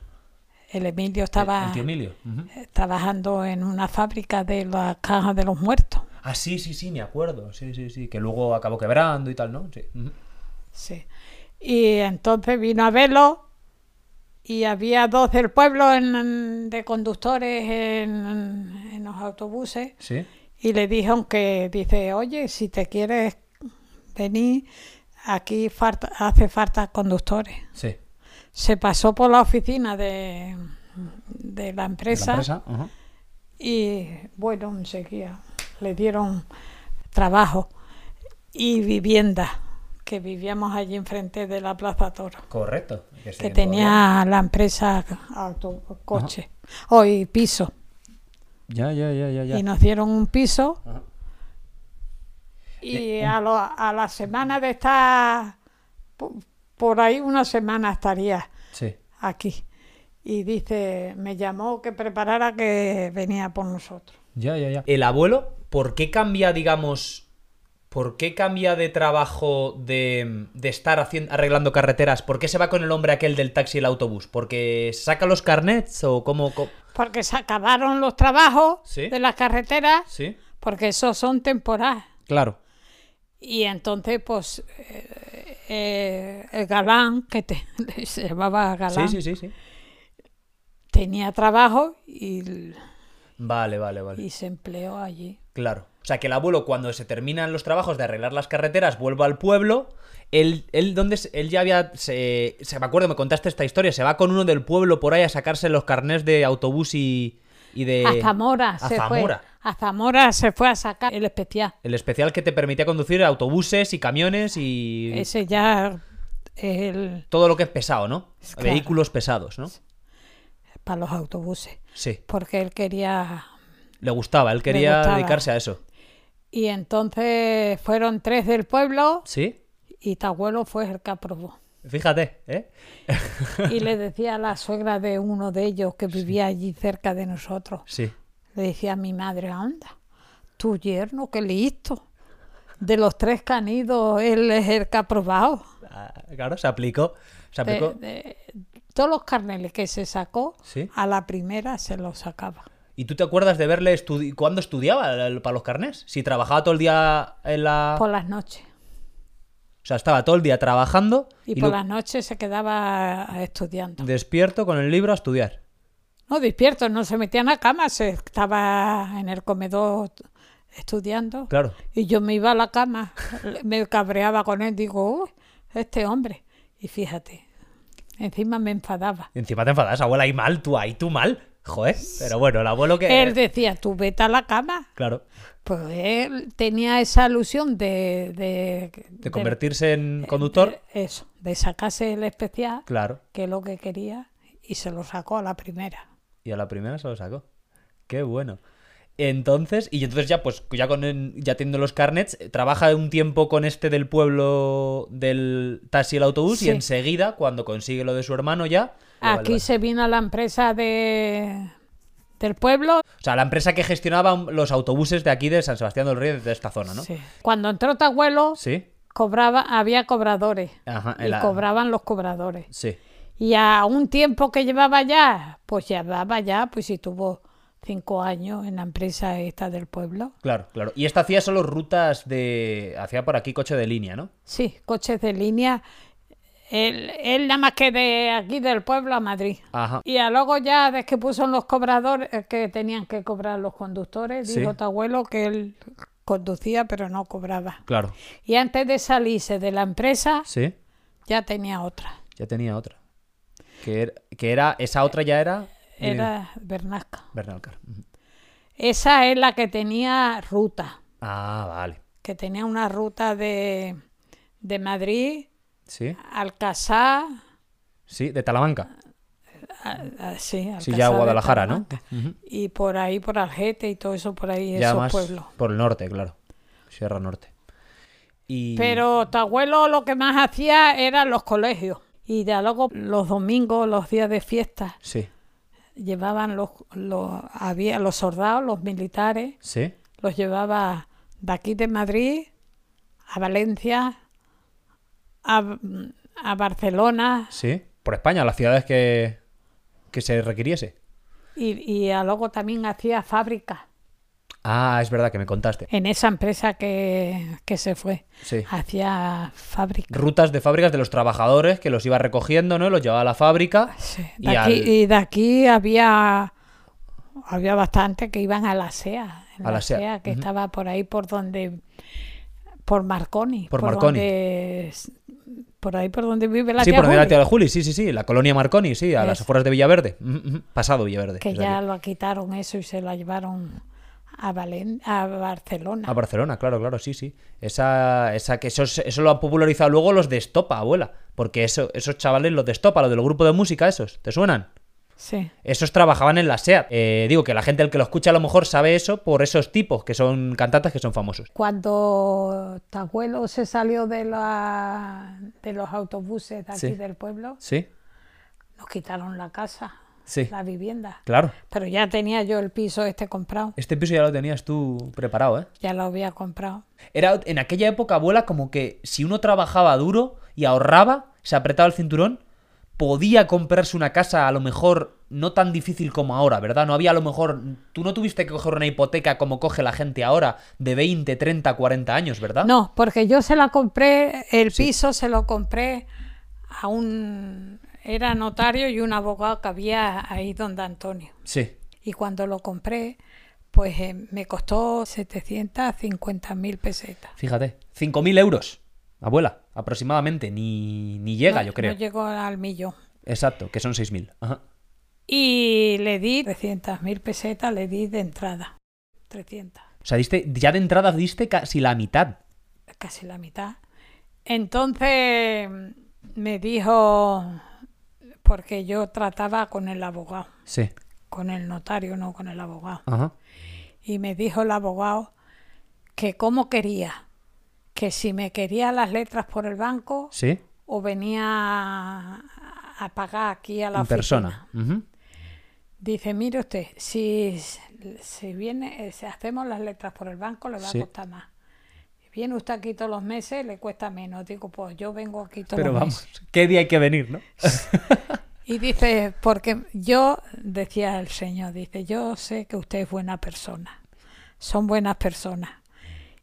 Speaker 3: El Emilio
Speaker 2: El-
Speaker 3: estaba
Speaker 2: el tío Emilio. ujú.
Speaker 3: eh, trabajando en una fábrica de las cajas de los muertos.
Speaker 2: Ah, sí, sí, sí, me acuerdo. Sí, sí, sí. Que luego acabó quebrando y tal, ¿no? Sí. ujú.
Speaker 3: Sí. Y entonces vino a verlo y había dos del pueblo en- en- de conductores en, en los autobuses
Speaker 2: Sí.
Speaker 3: y le dijeron que, dice, oye, si te quieres venir, aquí falta- hace falta conductores.
Speaker 2: Sí. De
Speaker 3: Se pasó por la oficina de, de la empresa
Speaker 2: La empresa. ujú.
Speaker 3: y bueno, enseguida le dieron trabajo y vivienda, que vivíamos allí enfrente de la Plaza Toro,
Speaker 2: Correcto. Que,
Speaker 3: que
Speaker 2: siguen todavía.
Speaker 3: tenía la empresa auto, coche, hoy piso.
Speaker 2: Ya, ya, ya, ya, ya.
Speaker 3: Y nos dieron un piso
Speaker 2: Ajá. eh,
Speaker 3: y a, lo- a la semana de estar, po- por ahí una semana estaría
Speaker 2: Sí.
Speaker 3: aquí. Y dice, me llamó que preparara que venía por nosotros.
Speaker 2: Ya, ya, ya. El abuelo, ¿por qué cambia, digamos, por qué cambia de trabajo de, de estar haciendo, arreglando carreteras? ¿Por qué se va con el hombre aquel del taxi y el autobús? ¿Porque saca los carnets o cómo? co-
Speaker 3: Porque se acabaron los trabajos
Speaker 2: Sí.
Speaker 3: de las carreteras
Speaker 2: Sí.
Speaker 3: porque esos son temporales.
Speaker 2: Claro.
Speaker 3: Y entonces, pues, eh, eh, el galán, que te- se llamaba
Speaker 2: Sí,
Speaker 3: galán,
Speaker 2: sí, sí, sí.
Speaker 3: tenía trabajo y,
Speaker 2: Vale, vale, vale.
Speaker 3: y se empleó allí.
Speaker 2: Claro. O sea, que el abuelo, cuando se terminan los trabajos de arreglar las carreteras, vuelve al pueblo. Él, él, ¿dónde se- él ya había. Se, se- me acuerdo, me contaste esta historia. Se va con uno del pueblo por ahí a sacarse los carnés de autobús y, y de.
Speaker 3: a Zamora
Speaker 2: Eh, a
Speaker 3: se
Speaker 2: Zamora.
Speaker 3: fue. A Zamora se fue a sacar el especial.
Speaker 2: El especial que te permitía conducir autobuses y camiones y.
Speaker 3: Ese ya, el,
Speaker 2: Todo lo que es pesado, ¿no?
Speaker 3: Claro.
Speaker 2: Vehículos pesados, ¿no?
Speaker 3: para los autobuses,
Speaker 2: Sí.
Speaker 3: porque él quería...
Speaker 2: Le gustaba, él quería
Speaker 3: gustaba.
Speaker 2: dedicarse a eso.
Speaker 3: Y entonces fueron tres del pueblo
Speaker 2: ¿Sí?
Speaker 3: y tu abuelo fue el que aprobó.
Speaker 2: Fíjate, ¿eh?
Speaker 3: Y le decía a la suegra de uno de ellos que vivía allí cerca de nosotros,
Speaker 2: Sí.
Speaker 3: le decía a mi madre, anda, tu yerno, qué listo. De los tres que han ido, él es el que ha probado.
Speaker 2: Ah, Claro, se aplicó. Se
Speaker 3: De-
Speaker 2: aplicó.
Speaker 3: de- todos los carneles que se sacó,
Speaker 2: Sí.
Speaker 3: a la primera se los sacaba.
Speaker 2: ¿Y tú te acuerdas de verle estudi cuándo estudiaba el- para los carnés? Si trabajaba todo el día en la...
Speaker 3: Por las noches.
Speaker 2: O sea, estaba todo el día trabajando
Speaker 3: Y,
Speaker 2: y,
Speaker 3: por
Speaker 2: lu-
Speaker 3: las noches se quedaba estudiando.
Speaker 2: despierto con el libro a estudiar.
Speaker 3: No, despierto, no se metía en la cama, se estaba en el comedor estudiando.
Speaker 2: Claro.
Speaker 3: Y yo me iba a la cama, le- me cabreaba con él, digo, "Uy, este hombre. Y fíjate, encima me enfadaba.
Speaker 2: Y encima te enfadas, abuela, ahí mal, tú ahí, tú mal. Joder. Pero bueno, el abuelo que...
Speaker 3: Él decía, tú vete a la cama.
Speaker 2: Claro.
Speaker 3: Pues él tenía esa ilusión de... De,
Speaker 2: De
Speaker 3: de-
Speaker 2: convertirse en conductor.
Speaker 3: de- eso, de sacarse el especial,
Speaker 2: Claro.
Speaker 3: que es lo que quería, y se lo sacó a la primera.
Speaker 2: Y a la primera se lo sacó. Qué bueno. Entonces, y entonces ya, pues, ya con el- ya teniendo los carnets, eh, trabaja un tiempo con este del pueblo del taxi y el autobús, y
Speaker 3: Sí. Ah,
Speaker 2: enseguida, cuando consigue lo de su hermano ya. lo
Speaker 3: Aquí
Speaker 2: vale, vale.
Speaker 3: se vino a la empresa de del pueblo
Speaker 2: O sea, la empresa que gestionaba los autobuses de aquí de San Sebastián del Rey, de esta zona, ¿no?
Speaker 3: Sí. Cuando entró tu abuelo,
Speaker 2: Sí.
Speaker 3: cobraba, había cobradores
Speaker 2: Ajá,
Speaker 3: y
Speaker 2: en la-
Speaker 3: cobraban los cobradores.
Speaker 2: Sí.
Speaker 3: Y a un tiempo que llevaba ya, pues llevaba ya, pues si tuvo cinco años en la empresa esta del pueblo.
Speaker 2: Claro, claro. Y esta hacía solo rutas de. Hacía por aquí coche de línea, ¿no?
Speaker 3: Sí, coches de línea. Él, él nada más que de aquí del pueblo a Madrid.
Speaker 2: Ajá.
Speaker 3: Y a luego ya, desde que puso los cobradores, eh, que tenían que cobrar los conductores,
Speaker 2: Sí.
Speaker 3: dijo tu abuelo que él conducía pero no cobraba.
Speaker 2: Claro.
Speaker 3: Y antes de salirse de la empresa,
Speaker 2: Sí.
Speaker 3: ya tenía otra.
Speaker 2: Ya tenía otra. Que era. Que era esa otra ya era.
Speaker 3: Era Bernasca.
Speaker 2: Bernalcar. Ujú.
Speaker 3: Esa es la que tenía ruta.
Speaker 2: Ah, vale.
Speaker 3: que tenía una ruta de, de Madrid,
Speaker 2: Sí.
Speaker 3: Alcázar,
Speaker 2: Sí, de Talamanca.
Speaker 3: a- a- ah, sí,
Speaker 2: Sí,
Speaker 3: Alcázar
Speaker 2: ya
Speaker 3: de
Speaker 2: Guadalajara, ¿no?
Speaker 3: Talamanca,
Speaker 2: Ujú.
Speaker 3: Y por ahí, por Algete y todo eso, por ahí,
Speaker 2: ya
Speaker 3: esos
Speaker 2: más
Speaker 3: pueblos.
Speaker 2: por el norte, claro. Sierra Norte. Y...
Speaker 3: Pero tu abuelo lo que más hacía eran los colegios. Y ya luego los domingos, los días de fiesta,
Speaker 2: Sí,
Speaker 3: llevaban los, los, había los soldados, los militares,
Speaker 2: sí.
Speaker 3: los llevaba de aquí de Madrid a Valencia, a, a Barcelona,
Speaker 2: Sí, por España, las ciudades que, que se requiriese.
Speaker 3: Y, y a luego también hacía fábrica
Speaker 2: Ah, es verdad que me contaste.
Speaker 3: en esa empresa que, que se fue.
Speaker 2: Sí.
Speaker 3: Hacía fábrica.
Speaker 2: Rutas de fábricas de los trabajadores que los iba recogiendo, ¿no? Los llevaba a la fábrica.
Speaker 3: Ah, Sí.
Speaker 2: Y
Speaker 3: De aquí,
Speaker 2: al-
Speaker 3: y de aquí había había bastante que iban a la SEA. en
Speaker 2: A la SEA,
Speaker 3: que
Speaker 2: ujú.
Speaker 3: estaba por ahí, por donde. Por Marconi.
Speaker 2: Por Marconi.
Speaker 3: donde- por ahí, por donde vive la
Speaker 2: sí,
Speaker 3: tía
Speaker 2: por donde la
Speaker 3: Juli,
Speaker 2: tía de Juli, sí, sí, sí, la colonia Marconi, sí, a las
Speaker 3: Eso.
Speaker 2: afueras de Villaverde. Ujú, ujú. Pasado Villaverde.
Speaker 3: Que
Speaker 2: es
Speaker 3: ya
Speaker 2: aquí.
Speaker 3: lo quitaron eso y se la llevaron a, Valen- a Barcelona.
Speaker 2: A Barcelona, claro, claro, sí, sí. Esa, esa que eso, es- eso lo han popularizado luego los de Estopa, abuela. Porque eso, esos chavales, los de Estopa, los del grupo de música, esos, ¿te suenan?
Speaker 3: Sí.
Speaker 2: Esos trabajaban en la SEAT. Eh, digo que la gente, el que lo escucha, a lo mejor sabe eso por esos tipos que son cantantes que son famosos.
Speaker 3: cuando tu abuelo se salió de, la, de los autobuses de aquí
Speaker 2: Sí.
Speaker 3: del pueblo,
Speaker 2: Sí,
Speaker 3: nos quitaron la casa,
Speaker 2: sí.
Speaker 3: la vivienda.
Speaker 2: Claro.
Speaker 3: Pero ya tenía yo el piso este comprado,
Speaker 2: Este piso ya lo tenías tú preparado, ¿eh?
Speaker 3: ya lo había comprado.
Speaker 2: Era en aquella época, abuela, como que si uno trabajaba duro y ahorraba, se apretaba el cinturón, podía comprarse una casa a lo mejor no tan difícil como ahora, ¿verdad? No había a lo mejor. Tú no tuviste que coger una hipoteca como coge la gente ahora de 20, 30, 40 años, ¿verdad?
Speaker 3: No, porque yo se la compré, el
Speaker 2: ¿Ah? Sí.
Speaker 3: piso se lo compré a un... Era notario y un abogado que había ahí donde Antonio.
Speaker 2: Sí.
Speaker 3: Y cuando lo compré, pues eh, me costó 750 mil pesetas.
Speaker 2: Fíjate. 5.000 euros, abuela, aproximadamente. Ni, ni llega,
Speaker 3: No-
Speaker 2: yo creo.
Speaker 3: No llegó al millón.
Speaker 2: Exacto, que son 6.000. Ajá.
Speaker 3: Y le di 300.000 pesetas, le di de entrada. 300,
Speaker 2: O sea, diste, ya de entrada diste casi la mitad.
Speaker 3: casi la mitad. Entonces me dijo, porque yo trataba con el abogado,
Speaker 2: Sí.
Speaker 3: con el notario, no con el abogado.
Speaker 2: Ajá.
Speaker 3: Y me dijo el abogado que cómo quería, que si me quería las letras por el banco
Speaker 2: Sí.
Speaker 3: o venía a- a pagar aquí a la
Speaker 2: en
Speaker 3: oficina.
Speaker 2: persona. Ujú.
Speaker 3: Dice, mire usted, si, si viene, eh, si hacemos las letras por el banco, le va
Speaker 2: Sí.
Speaker 3: a costar más. Viene usted aquí todos los meses, le cuesta menos. Digo, pues yo vengo aquí todos
Speaker 2: Pero
Speaker 3: los
Speaker 2: vamos,
Speaker 3: meses.
Speaker 2: ¿qué día hay que venir, no?
Speaker 3: Y dice, porque yo, decía el señor, dice, yo sé que usted es buena persona. Son buenas personas.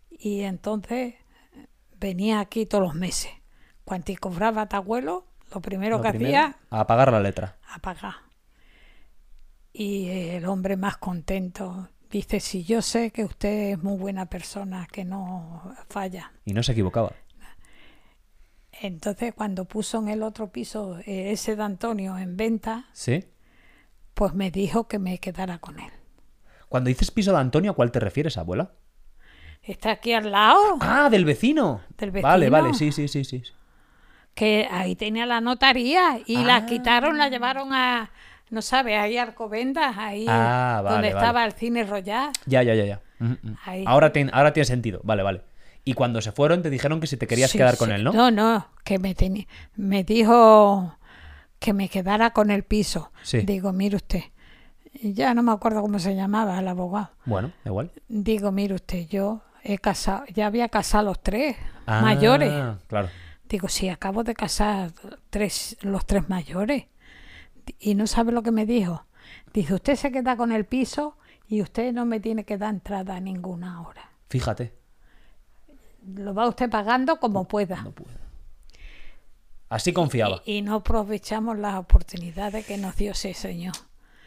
Speaker 3: Y entonces eh, venía aquí todos los meses. Cuando y cobraba tu abuelo, lo primero
Speaker 2: Lo
Speaker 3: que
Speaker 2: primero,
Speaker 3: hacía
Speaker 2: A pagar la letra.
Speaker 3: a pagar. Y el hombre más contento dice, si yo sé que usted es muy buena persona, que no falla.
Speaker 2: Y no se equivocaba.
Speaker 3: Entonces cuando puso en el otro piso eh, ese de Antonio en venta,
Speaker 2: ¿Sí?
Speaker 3: pues me dijo que me quedara con él.
Speaker 2: Cuando dices piso de Antonio, ¿a cuál te refieres, abuela?
Speaker 3: Está aquí al lado,
Speaker 2: Ah, del vecino.
Speaker 3: Del
Speaker 2: Vale,
Speaker 3: vecino.
Speaker 2: vale, sí, sí, sí, sí.
Speaker 3: que ahí tenía la notaría y la
Speaker 2: Ah.
Speaker 3: quitaron, la llevaron a, no sabes, ahí a Arcovendas, ahí
Speaker 2: Ah, vale,
Speaker 3: donde
Speaker 2: vale.
Speaker 3: estaba el cine Royal.
Speaker 2: Ya, ya, ya, ya. Ujú, ujú.
Speaker 3: Ahí.
Speaker 2: Ahora, tiene- ahora tiene sentido. Vale, vale. Y cuando se fueron te dijeron que si te querías
Speaker 3: Sí,
Speaker 2: quedar con
Speaker 3: sí.
Speaker 2: él, ¿no?
Speaker 3: No, no, que me, teni- me dijo que me quedara con el piso.
Speaker 2: Sí.
Speaker 3: Digo, mire usted, y ya no me acuerdo cómo se llamaba el abogado.
Speaker 2: Bueno, da igual.
Speaker 3: Digo, mire usted, yo he casado, ya había casado a los tres mayores.
Speaker 2: Ah, Claro.
Speaker 3: Digo, sí, acabo de casar tres, los tres mayores. Y no sabe lo que me dijo. Dice, usted se queda con el piso y usted no me tiene que dar entrada ninguna ahora.
Speaker 2: Fíjate.
Speaker 3: Lo va usted pagando como pueda.
Speaker 2: No puedo. Así confiaba.
Speaker 3: Y, y no aprovechamos las oportunidades que nos dio ese señor.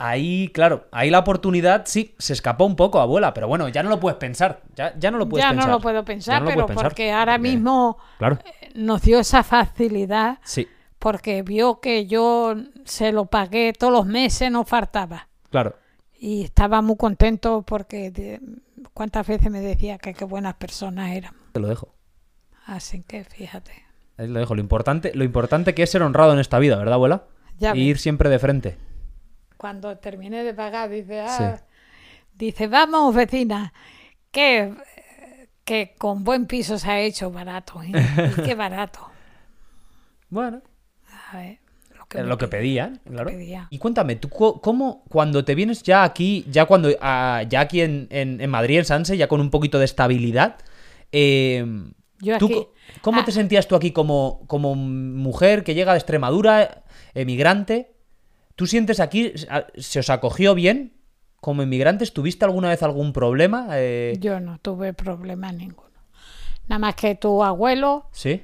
Speaker 2: Ahí, claro, ahí la oportunidad sí se escapó un poco, abuela, pero bueno, ya no lo puedes pensar. Ya, ya no lo puedes
Speaker 3: ya
Speaker 2: pensar.
Speaker 3: no lo puedo pensar,
Speaker 2: Ya no lo
Speaker 3: pero
Speaker 2: puedes pensar.
Speaker 3: porque ahora mismo
Speaker 2: Claro.
Speaker 3: eh, nos dio esa facilidad
Speaker 2: Sí,
Speaker 3: porque vio que yo se lo pagué todos los meses, no faltaba.
Speaker 2: claro.
Speaker 3: Y estaba muy contento porque de- cuántas veces me decía que qué buenas personas éramos.
Speaker 2: Te lo dejo.
Speaker 3: Así que fíjate.
Speaker 2: Ahí lo dejo. Lo importante, lo importante que es ser honrado en esta vida, ¿verdad, abuela?
Speaker 3: Ya
Speaker 2: Y
Speaker 3: ves.
Speaker 2: ir siempre de frente.
Speaker 3: cuando terminé de pagar, dice, ah, dice, vamos, vecina, que, que con buen piso se ha hecho barato, ¿eh? Y qué barato.
Speaker 2: Bueno.
Speaker 3: A ver, lo que,
Speaker 2: Era
Speaker 3: me
Speaker 2: lo que
Speaker 3: pedí.
Speaker 2: pedían, claro.
Speaker 3: pedía.
Speaker 2: Y cuéntame, ¿tú co- cómo cuando te vienes ya aquí, ya cuando ah, ya aquí en, en- en Madrid, en Sanse, ya con un poquito de estabilidad, eh,
Speaker 3: Yo
Speaker 2: tú
Speaker 3: aquí-
Speaker 2: co- ¿cómo
Speaker 3: ah.
Speaker 2: te sentías tú aquí como, como mujer que llega de Extremadura, emigrante? ¿Tú sientes aquí, ah, se os acogió bien como inmigrantes? ¿Tuviste alguna vez algún problema? Eh,
Speaker 3: Yo no tuve problema ninguno. Nada más que tu abuelo
Speaker 2: Sí,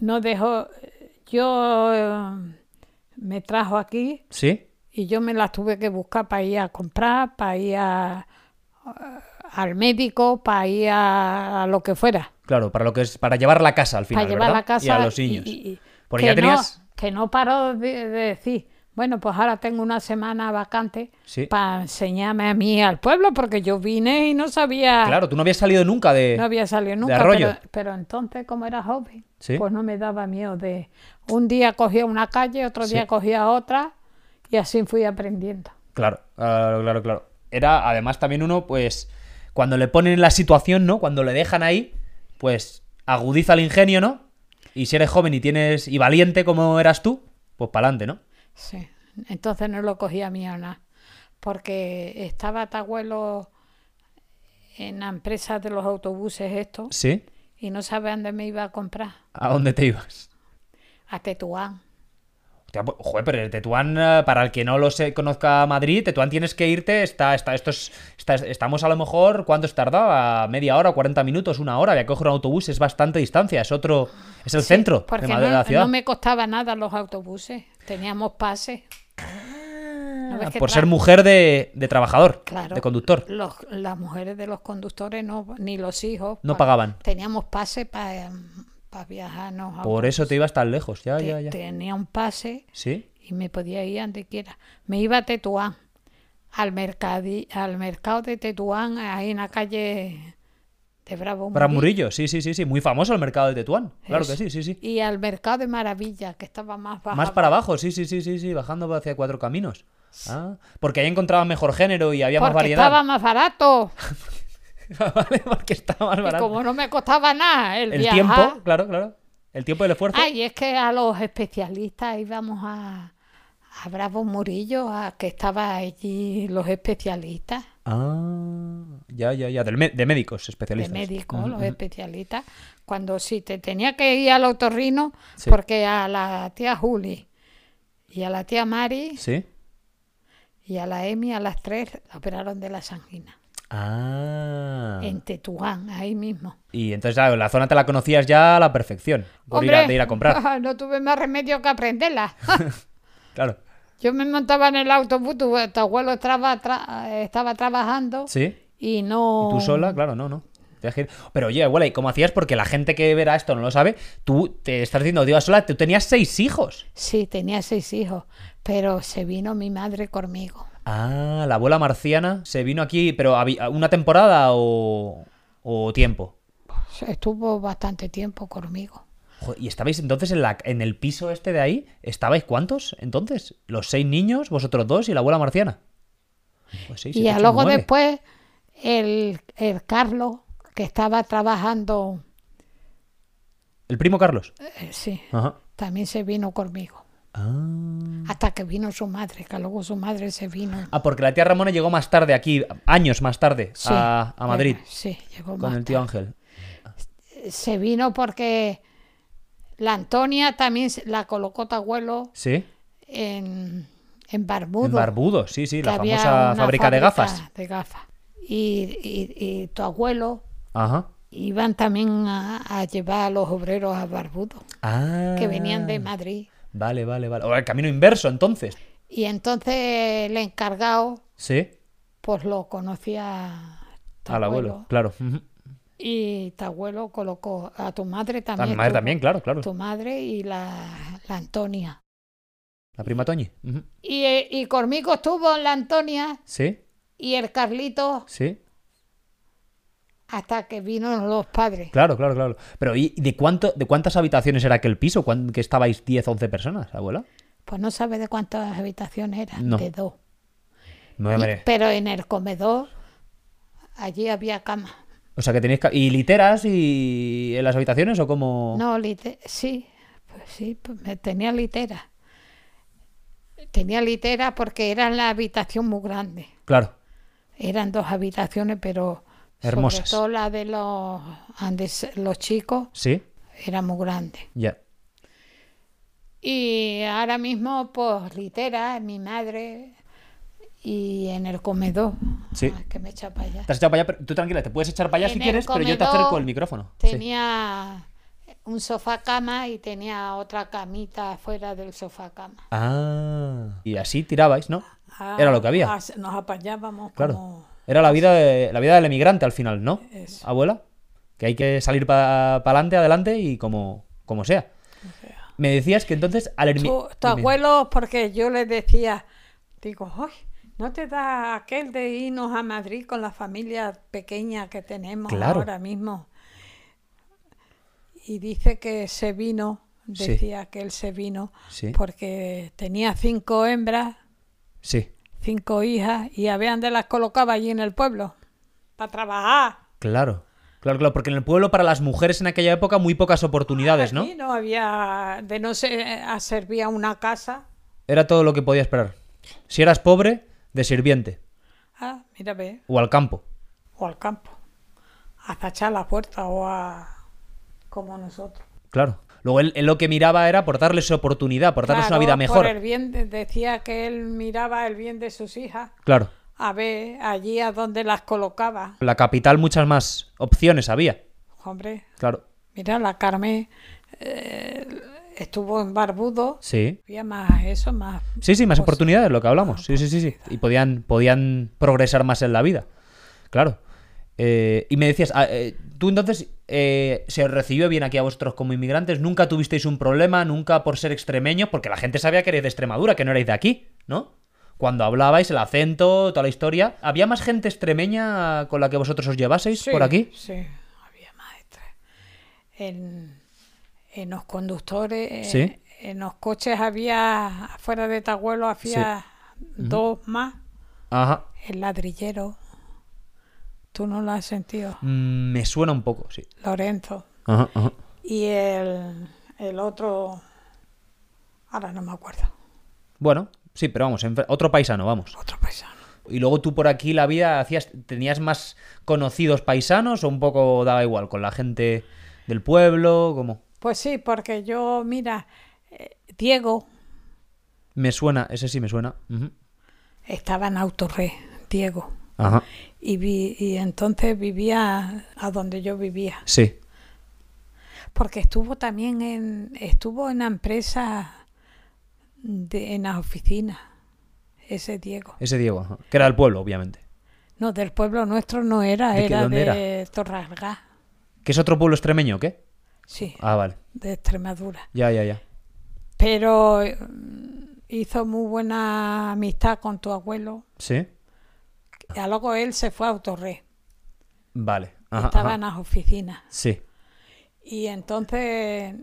Speaker 3: no dejó, yo eh, me trajo aquí
Speaker 2: sí,
Speaker 3: y yo me las tuve que buscar para ir a comprar, para ir a- eh, al médico, para ir a- a lo que fuera.
Speaker 2: claro, para lo que es, para llevar la casa al final,
Speaker 3: para llevar
Speaker 2: ¿verdad?
Speaker 3: a casa
Speaker 2: y a los
Speaker 3: y-
Speaker 2: niños.
Speaker 3: y- y-
Speaker 2: Porque
Speaker 3: que
Speaker 2: ya tenías-
Speaker 3: no, que no paro de, de decir, bueno, pues ahora tengo una semana vacante
Speaker 2: Sí.
Speaker 3: para enseñarme a mí al pueblo, porque yo vine y no sabía,
Speaker 2: Claro, tú no habías salido nunca de...
Speaker 3: ah. no había salido nunca,
Speaker 2: arroyo.
Speaker 3: pero, pero entonces como era joven,
Speaker 2: Sí.
Speaker 3: pues no me daba miedo de un día cogía una calle, otro
Speaker 2: Sí.
Speaker 3: día cogía otra y así fui aprendiendo.
Speaker 2: Claro, claro, claro, claro. Era además también uno, pues, cuando le ponen en la situación, ¿no? Cuando le dejan ahí, pues agudiza el ingenio, ¿no? Y si eres joven y tienes y valiente como eras tú, pues para adelante, ¿no?
Speaker 3: Sí, entonces no lo cogía mío nada, porque estaba tu abuelo en la empresa de los autobuses esto
Speaker 2: Sí.
Speaker 3: y no sabía dónde me iba a comprar,
Speaker 2: ¿A dónde te ibas?
Speaker 3: a Tetuán.
Speaker 2: Hostia, pues, joder, pero el Tetuán, eh, para el que no lo se- conozca Madrid, Tetuán tienes que irte, está, está, esto es- está- estamos a lo mejor, ¿cuánto tardaba? ¿Media hora, 40 minutos, una hora? Había que coger un autobús, es bastante distancia, es otro, es el
Speaker 3: Sí,
Speaker 2: centro de
Speaker 3: porque
Speaker 2: Madrid,
Speaker 3: no,
Speaker 2: de la ciudad.
Speaker 3: no me costaba nada los autobuses, teníamos pases. ¿No ves Pues que
Speaker 2: Ah, Por
Speaker 3: tra-
Speaker 2: ser mujer de, de trabajador,
Speaker 3: Claro.
Speaker 2: de conductor.
Speaker 3: los- las mujeres de los conductores no, ni los hijos
Speaker 2: No
Speaker 3: pa-
Speaker 2: pagaban.
Speaker 3: Teníamos pases para viajarnos. a-
Speaker 2: Por eso te ibas tan lejos. Ya,
Speaker 3: te-
Speaker 2: ya, ya.
Speaker 3: Tenía un pase
Speaker 2: ¿Sí?
Speaker 3: y me podía ir a donde quiera. Me iba a Tetuán, al, mercadi- al mercado de Tetuán, ahí en la calle de Bravo
Speaker 2: Para
Speaker 3: Murillo,
Speaker 2: Murillo, sí, sí, sí, sí. Muy famoso el mercado de Tetuán. Claro que
Speaker 3: Eso.
Speaker 2: sí, sí, sí.
Speaker 3: Y al mercado de Maravilla, que estaba más bajo.
Speaker 2: Más para abajo, sí, sí, sí, sí, sí, bajando hacia cuatro caminos. Ah, porque ahí encontraba mejor género y había
Speaker 3: Porque
Speaker 2: más variedad.
Speaker 3: estaba más barato.
Speaker 2: Vale, porque estaba más
Speaker 3: Y
Speaker 2: barato.
Speaker 3: como no me costaba nada el,
Speaker 2: El
Speaker 3: viajar.
Speaker 2: tiempo, claro, claro. El tiempo y el esfuerzo.
Speaker 3: Ay, es que a los especialistas íbamos a, a Bravo Murillo, a que estaba allí los especialistas,
Speaker 2: Ah, ya, ya, ya. Del me- de médicos
Speaker 3: de
Speaker 2: especialistas. Mm,
Speaker 3: médicos,
Speaker 2: Ujú,
Speaker 3: los
Speaker 2: ujú.
Speaker 3: especialistas. Cuando sí te tenía que ir al otorrino,
Speaker 2: Sí.
Speaker 3: porque a la tía Juli y a la tía Mari
Speaker 2: Sí.
Speaker 3: y a la Emi a las tres la operaron de la sangina,
Speaker 2: Ah.
Speaker 3: en Tetuán, ahí mismo.
Speaker 2: Y entonces, claro, la zona te la conocías ya a la perfección. Por ir a- de ir a comprar.
Speaker 3: no tuve más remedio que aprenderla.
Speaker 2: Claro.
Speaker 3: Yo me montaba en el autobús, tu, tu abuelo estaba, tra- estaba trabajando
Speaker 2: Sí.
Speaker 3: y no...
Speaker 2: Y tú sola, claro, no, no. Tenías que ir- Pero oye, abuela, ¿y cómo hacías? Porque la gente que verá esto no lo sabe. Tú te estás diciendo, digo, sola, tú tenías seis hijos.
Speaker 3: Sí, tenía seis hijos, pero se vino mi madre conmigo.
Speaker 2: Ah, la abuela marciana se vino aquí, pero había- ¿una temporada o, o tiempo?
Speaker 3: Estuvo bastante tiempo conmigo.
Speaker 2: Joder, ¿Y estabais entonces en, la, en el piso este de ahí? ¿Estabais cuántos entonces? ¿Los seis niños, vosotros dos y la abuela marciana? Pues seis,
Speaker 3: Y
Speaker 2: siete,
Speaker 3: a
Speaker 2: ocho,
Speaker 3: luego
Speaker 2: nueve.
Speaker 3: después, el, el Carlos, que estaba trabajando,
Speaker 2: El primo Carlos.
Speaker 3: eh, sí,
Speaker 2: Ajá.
Speaker 3: también se vino conmigo.
Speaker 2: Ah.
Speaker 3: hasta que vino su madre, que luego su madre se vino.
Speaker 2: Ah, porque la tía Ramona llegó más tarde aquí, años más tarde,
Speaker 3: Sí,
Speaker 2: a, a Madrid,
Speaker 3: eh, Sí, llegó
Speaker 2: con
Speaker 3: más
Speaker 2: el tío
Speaker 3: tarde.
Speaker 2: Ángel.
Speaker 3: Se vino porque la Antonia también se- la colocó tu abuelo
Speaker 2: Sí,
Speaker 3: en, en Barbudo.
Speaker 2: en Barbudo, sí, sí,
Speaker 3: que
Speaker 2: la
Speaker 3: había
Speaker 2: famosa
Speaker 3: una
Speaker 2: fábrica de
Speaker 3: fábrica
Speaker 2: gafas.
Speaker 3: de gafas. Y, y- y tu abuelo
Speaker 2: Ajá.
Speaker 3: iban también a, a llevar a los obreros a Barbudo,
Speaker 2: Ah.
Speaker 3: que venían de Madrid.
Speaker 2: Vale, vale, vale. O el camino inverso, entonces.
Speaker 3: Y entonces el encargado,
Speaker 2: Sí,
Speaker 3: pues lo conocía tu
Speaker 2: al abuelo, claro. ujú.
Speaker 3: Y tu abuelo colocó a tu madre
Speaker 2: A
Speaker 3: también.
Speaker 2: mi madre
Speaker 3: estuvo-
Speaker 2: también, claro, claro.
Speaker 3: Tu madre y la, la Antonia.
Speaker 2: La prima Toñi. ujú.
Speaker 3: Y, eh, y conmigo estuvo la Antonia
Speaker 2: Sí,
Speaker 3: y el Carlito
Speaker 2: sí.
Speaker 3: hasta que vinieron los padres.
Speaker 2: Claro, claro, claro. Pero ¿y de cuánto, de cuántas habitaciones era aquel piso? ¿Cuán- que estabais 10, 11 personas, abuela?
Speaker 3: Pues no sabe de cuántas habitaciones eran,
Speaker 2: No.
Speaker 3: de dos.
Speaker 2: No
Speaker 3: Y-
Speaker 2: hombre.
Speaker 3: pero en el comedor, allí había cama.
Speaker 2: O sea que tenéis ca- y literas y en las habitaciones o como
Speaker 3: No, lite- sí, pues sí, pues me- tenía litera. Tenía litera porque era la habitación muy grande.
Speaker 2: Claro.
Speaker 3: Eran dos habitaciones, pero
Speaker 2: Hermosas.
Speaker 3: sobre todo la de los, andes- los chicos
Speaker 2: Sí.
Speaker 3: era muy grande.
Speaker 2: Ya.
Speaker 3: Y ahora mismo, pues litera, mi madre y en el comedor.
Speaker 2: Sí.
Speaker 3: Ah, que me echa para allá.
Speaker 2: Te has echado para allá, pero tú tranquila, te puedes echar para allá si
Speaker 3: En el
Speaker 2: quieres, pero yo te
Speaker 3: comedor
Speaker 2: acerco el micrófono. Sí.
Speaker 3: Tenía un sofá cama y tenía otra camita fuera del sofá cama.
Speaker 2: Ah. Y así tirabais, ¿no? Era lo que había.
Speaker 3: Nos apañábamos
Speaker 2: Claro. Era la vida de, la vida del emigrante al final, ¿no?
Speaker 3: Eso.
Speaker 2: Abuela, que hay que salir para adelante, adelante y como como sea. Me decías que entonces al ermi-
Speaker 3: tu, tu
Speaker 2: dime.
Speaker 3: abuelo, porque yo le decía, digo, "Ay, ¿no te da aquel de irnos a Madrid con la familia pequeña que tenemos
Speaker 2: Claro.
Speaker 3: ahora mismo? Y dice que se vino,
Speaker 2: Sí.
Speaker 3: decía que él se vino,
Speaker 2: Sí.
Speaker 3: porque tenía cinco hembras,
Speaker 2: Sí.
Speaker 3: cinco hijas, y a dónde las colocaba allí en el pueblo, para trabajar.
Speaker 2: Claro. Claro, claro, porque en el pueblo para las mujeres en aquella época muy pocas oportunidades, ¿no?
Speaker 3: Aquí no había, de no ser, a servía una casa.
Speaker 2: Era todo lo que podía esperar. Si eras pobre, de sirviente
Speaker 3: Ah, mira, ve.
Speaker 2: o al campo.
Speaker 3: o al campo, a tachar la puerta o a. como nosotros.
Speaker 2: Claro. Luego él, él lo que miraba era por darles oportunidad, por darles
Speaker 3: Claro,
Speaker 2: una vida mejor.
Speaker 3: Por el bien de- decía que él miraba el bien de sus hijas,
Speaker 2: Claro.
Speaker 3: a ver allí a dónde las colocaba.
Speaker 2: En la capital muchas más opciones había.
Speaker 3: Hombre,
Speaker 2: Claro.
Speaker 3: mira, la Carmen eh, estuvo en Barbudo,
Speaker 2: Sí.
Speaker 3: había más eso, más.
Speaker 2: Sí, sí, Pues más
Speaker 3: Pues-
Speaker 2: oportunidades, lo que hablamos. Sí, sí, sí, sí. Y podían, podían progresar más en la vida. Claro. Eh, y me decías, ah, eh, tú entonces eh, se os recibió bien aquí a vosotros como inmigrantes, nunca tuvisteis un problema, nunca por ser extremeños, porque la gente sabía que erais de Extremadura, que no erais de aquí, ¿no? Cuando hablabais, el acento, toda la historia. ¿Había más gente extremeña con la que vosotros os llevaseis
Speaker 3: Sí,
Speaker 2: por aquí?
Speaker 3: Sí, había más de tres. En, en los conductores, eh,
Speaker 2: Sí.
Speaker 3: en los coches había, afuera de Tabuelo había dos más,
Speaker 2: Ajá.
Speaker 3: el ladrillero. Tú no lo has sentido,
Speaker 2: Mm, me suena un poco, sí.
Speaker 3: Lorenzo.
Speaker 2: Ajá, ajá.
Speaker 3: Y el, el otro, ahora no me acuerdo,
Speaker 2: Bueno, sí, pero vamos, en fr- otro paisano, vamos.
Speaker 3: otro paisano.
Speaker 2: Y luego tú por aquí la vida hacías, tenías más conocidos paisanos o un poco daba igual con la gente del pueblo, como
Speaker 3: Pues sí, porque yo, mira, eh, Diego
Speaker 2: me suena, ese sí me suena. Ujú.
Speaker 3: estaba en Autorrey, Diego.
Speaker 2: Ajá.
Speaker 3: y, vi- y entonces vivía a donde yo vivía.
Speaker 2: Sí.
Speaker 3: Porque estuvo también en, estuvo en la empresa, de, en las oficinas, ese Diego.
Speaker 2: Ese Diego, ajá. que era el pueblo, obviamente.
Speaker 3: No, del pueblo nuestro no era,
Speaker 2: ¿De qué-
Speaker 3: era
Speaker 2: dónde
Speaker 3: de Torralgá,
Speaker 2: Que es otro pueblo extremeño, ¿qué?
Speaker 3: sí,
Speaker 2: Ah, vale.
Speaker 3: de Extremadura.
Speaker 2: Ya, ya, ya.
Speaker 3: Pero mm, hizo muy buena amistad con tu abuelo.
Speaker 2: Sí.
Speaker 3: Y a luego él se fue a Autorré,
Speaker 2: Vale. Ajá,
Speaker 3: estaba
Speaker 2: ajá.
Speaker 3: en las oficinas.
Speaker 2: Sí.
Speaker 3: Y entonces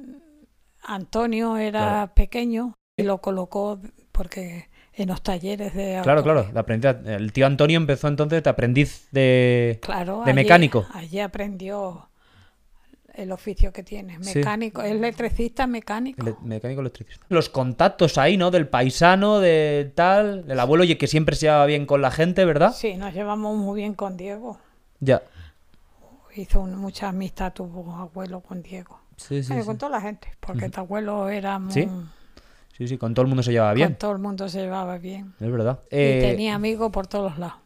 Speaker 3: Antonio era
Speaker 2: Claro.
Speaker 3: pequeño y lo colocó porque en los talleres de
Speaker 2: Claro,
Speaker 3: automóvil.
Speaker 2: claro. de aprendiz- el tío Antonio empezó entonces de aprendiz de...
Speaker 3: Claro,
Speaker 2: de mecánico.
Speaker 3: Allí aprendió el oficio que tienes.
Speaker 2: Sí.
Speaker 3: Mecánico, es electricista mecánico.
Speaker 2: Ele- mecánico electricista. Los contactos ahí, ¿no? Del paisano, de tal. El abuelo, oye, que siempre se lleva bien con la gente, ¿verdad?
Speaker 3: Sí, nos llevamos muy bien con Diego.
Speaker 2: Ya.
Speaker 3: Hizo un- mucha amistad tuvo abuelo con Diego.
Speaker 2: Sí, sí,
Speaker 3: Bueno,
Speaker 2: sí.
Speaker 3: con toda la gente, porque tu abuelo era muy...
Speaker 2: Sí, Sí, sí, con todo el mundo se llevaba
Speaker 3: Con
Speaker 2: bien.
Speaker 3: todo el mundo se llevaba bien.
Speaker 2: Es verdad.
Speaker 3: y
Speaker 2: Eh,
Speaker 3: tenía amigos por todos lados.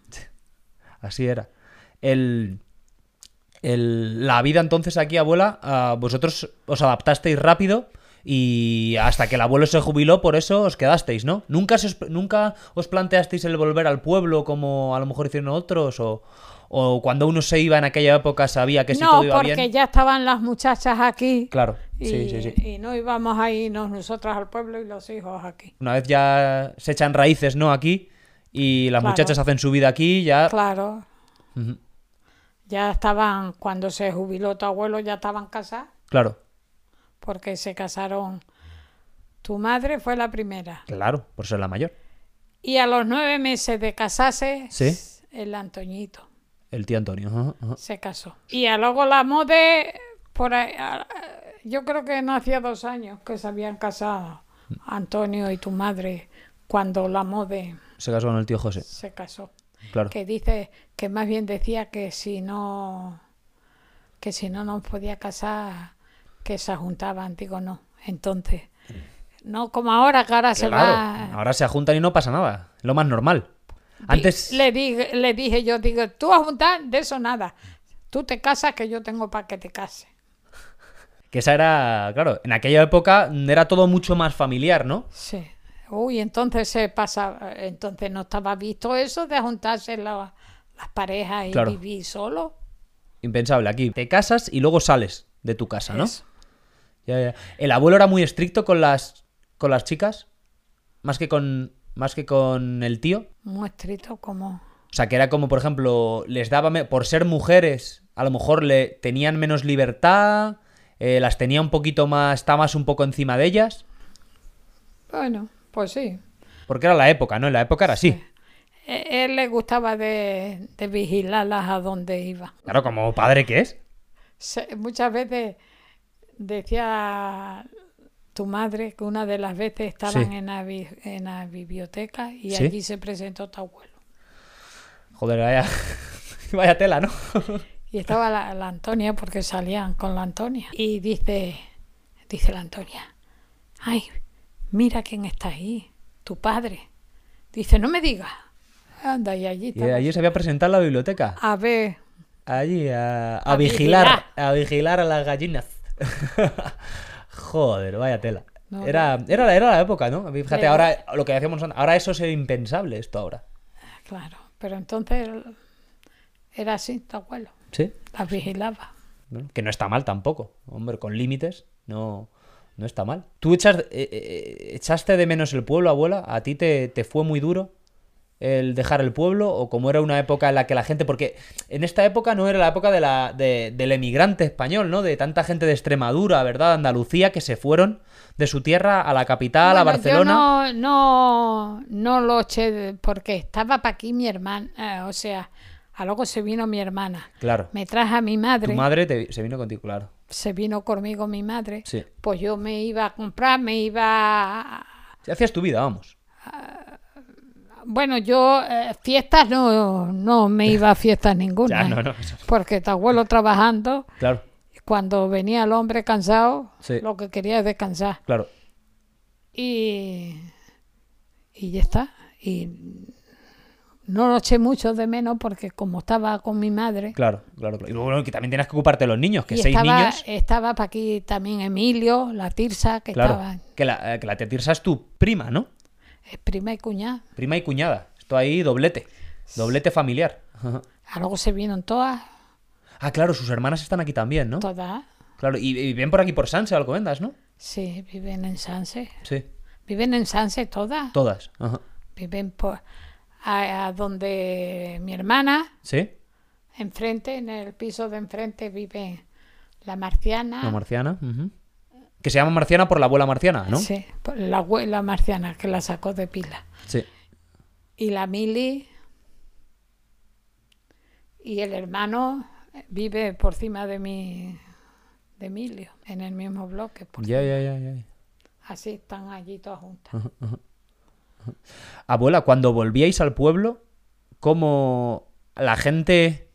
Speaker 2: Así era. El, el- la vida entonces aquí, abuela, ah, vosotros os adaptasteis rápido y hasta que el abuelo se jubiló, por eso os quedasteis, ¿no? ¿Nunca, se os, nunca os planteasteis el volver al pueblo como a lo mejor hicieron otros? ¿O, o cuando uno se iba en aquella época sabía que si
Speaker 3: no,
Speaker 2: todo iba
Speaker 3: porque
Speaker 2: bien?
Speaker 3: ya estaban las muchachas aquí.
Speaker 2: Claro,
Speaker 3: Y,
Speaker 2: sí, sí, sí.
Speaker 3: y no íbamos a irnos nosotras al pueblo y los hijos aquí.
Speaker 2: Una vez ya se echan raíces, ¿no? Aquí y las
Speaker 3: Claro.
Speaker 2: muchachas hacen su vida aquí, ya...
Speaker 3: Claro,
Speaker 2: Ujú,
Speaker 3: ya estaban, cuando se jubiló tu abuelo, ya estaban casadas,
Speaker 2: Claro,
Speaker 3: porque se casaron. Tu madre fue la primera.
Speaker 2: claro, por ser la mayor.
Speaker 3: Y a los nueve meses de casarse,
Speaker 2: Sí.
Speaker 3: el Antoñito
Speaker 2: El tío Antonio. ajá, ajá.
Speaker 3: se casó. Y a luego la mode, por ahí, a- a- yo creo que no hacía dos años que se habían casado Antonio y tu madre cuando la mode
Speaker 2: Se casó con el tío José.
Speaker 3: se casó.
Speaker 2: Claro.
Speaker 3: Que dice, que más bien decía que si no, que si no nos podía casar, que se juntaban. Digo, no, entonces. No como ahora, que ahora se va.
Speaker 2: Claro, Ahora se juntan y no pasa nada. Lo más normal. Antes.
Speaker 3: Le dije, le dije yo, digo, tú a juntar de eso nada. Tú te casas que yo tengo para que te cases.
Speaker 2: Que esa era. Claro, en aquella época mm, era todo mucho más familiar, ¿no?
Speaker 3: Sí. Uy, entonces se pasa, entonces no estaba visto eso de juntarse la- las parejas y
Speaker 2: Claro.
Speaker 3: vivir solo.
Speaker 2: Impensable. Aquí te casas y luego sales de tu casa, Ah, ¿no?
Speaker 3: Eso.
Speaker 2: Ya, ya. El abuelo era muy estricto con las. con las chicas. Más que con. Más que con el tío.
Speaker 3: Muy estricto como.
Speaker 2: O sea, que era como, por ejemplo, les daba. me- Por ser mujeres, a lo mejor le tenían menos libertad. eh, las tenía un poquito más. Estaba más un poco encima de ellas.
Speaker 3: Bueno, pues sí.
Speaker 2: Porque era la época, ¿no? En la época era así.
Speaker 3: E- Él le gustaba de, de vigilarlas a donde iba.
Speaker 2: Claro, como padre que es.
Speaker 3: Se- muchas veces decía tu madre que una de las veces estaban
Speaker 2: Sí.
Speaker 3: en, la bi- en la biblioteca y
Speaker 2: Sí.
Speaker 3: allí se presentó tu abuelo.
Speaker 2: Joder, vaya, vaya tela, ¿no?
Speaker 3: Y estaba la, la Antonia porque salían con la Antonia. Y dice, dice la Antonia, ay, mira quién está ahí, tu padre. Dice, no me digas. Anda, y allí
Speaker 2: Y
Speaker 3: está.
Speaker 2: allí se había presentado en la biblioteca.
Speaker 3: A ver,
Speaker 2: Allí, a, a
Speaker 3: A
Speaker 2: vigilar,
Speaker 3: vigilar.
Speaker 2: a vigilar a las gallinas. Joder, vaya tela.
Speaker 3: No,
Speaker 2: Era, era, la, era la época, ¿no? Fíjate,
Speaker 3: Le-
Speaker 2: ahora lo que hacíamos antes- ahora eso es impensable, esto ahora.
Speaker 3: claro, pero entonces era así tu abuelo,
Speaker 2: Sí.
Speaker 3: la vigilaba.
Speaker 2: Bueno, que no está mal tampoco. Hombre, con límites, no, no está mal. ¿Tú echas, eh, eh, echaste de menos el pueblo, abuela? ¿A ti te, te fue muy duro el dejar el pueblo? ¿O como era una época en la que la gente.? Porque en esta época no era la época de la, de- del emigrante español, ¿no? De tanta gente de Extremadura, ¿verdad? De Andalucía, que se fueron de su tierra a la capital, a
Speaker 3: Bueno,
Speaker 2: Barcelona.
Speaker 3: Yo no, no, no lo eché de- porque estaba para aquí mi hermana, eh, o sea, a luego se vino mi hermana.
Speaker 2: Claro.
Speaker 3: Me traje a mi
Speaker 2: Tu
Speaker 3: madre,
Speaker 2: madre te- se vino contigo, claro.
Speaker 3: se vino conmigo mi madre.
Speaker 2: Sí.
Speaker 3: Pues yo me iba a comprar, me iba... a-
Speaker 2: Hacías tu vida, vamos.
Speaker 3: Bueno, yo eh, fiestas no, no me iba a fiestas
Speaker 2: Ya,
Speaker 3: ninguna.
Speaker 2: no, no. eso-
Speaker 3: Porque tu abuelo trabajando,
Speaker 2: Claro,
Speaker 3: cuando venía el hombre cansado,
Speaker 2: Sí.
Speaker 3: lo que quería es descansar.
Speaker 2: claro.
Speaker 3: Y, y ya está. Y no lo eché mucho de menos porque como estaba con mi madre,
Speaker 2: Claro, claro, claro. Y bueno, que también tienes que ocuparte de los niños, que
Speaker 3: y
Speaker 2: seis
Speaker 3: estaba,
Speaker 2: niños.
Speaker 3: estaba para aquí también Emilio, la Tirsa, que
Speaker 2: Claro.
Speaker 3: estaba
Speaker 2: Que la, eh, que la tía Tirsa es tu prima, ¿no?
Speaker 3: es prima y cuñada.
Speaker 2: Prima y cuñada. Esto ahí doblete. Doblete familiar.
Speaker 3: A Ah, luego se vinieron todas,
Speaker 2: Ah, claro, sus hermanas están aquí también, ¿no?
Speaker 3: todas,
Speaker 2: Claro, y, y ven por aquí por Sanse, Alcobendas, ¿no?
Speaker 3: sí, viven en Sanse.
Speaker 2: Sí,
Speaker 3: Viven en Sanse todas.
Speaker 2: todas. Ajá.
Speaker 3: Viven por a, a donde mi hermana,
Speaker 2: ¿Sí?
Speaker 3: enfrente, en el piso de enfrente, vive la Marciana.
Speaker 2: La Marciana. ujú. Que se llama Marciana por la abuela Marciana, ¿no?
Speaker 3: Sí, por la abuela marciana que la sacó de pila.
Speaker 2: Sí.
Speaker 3: Y la Mili y el hermano vive por cima de mi, de Emilio, en el mismo bloque. por
Speaker 2: Pues Ya,
Speaker 3: cierto.
Speaker 2: ya, ya, ya.
Speaker 3: Así están allí todas juntas.
Speaker 2: Abuela, cuando volvíais al pueblo, ¿cómo la gente...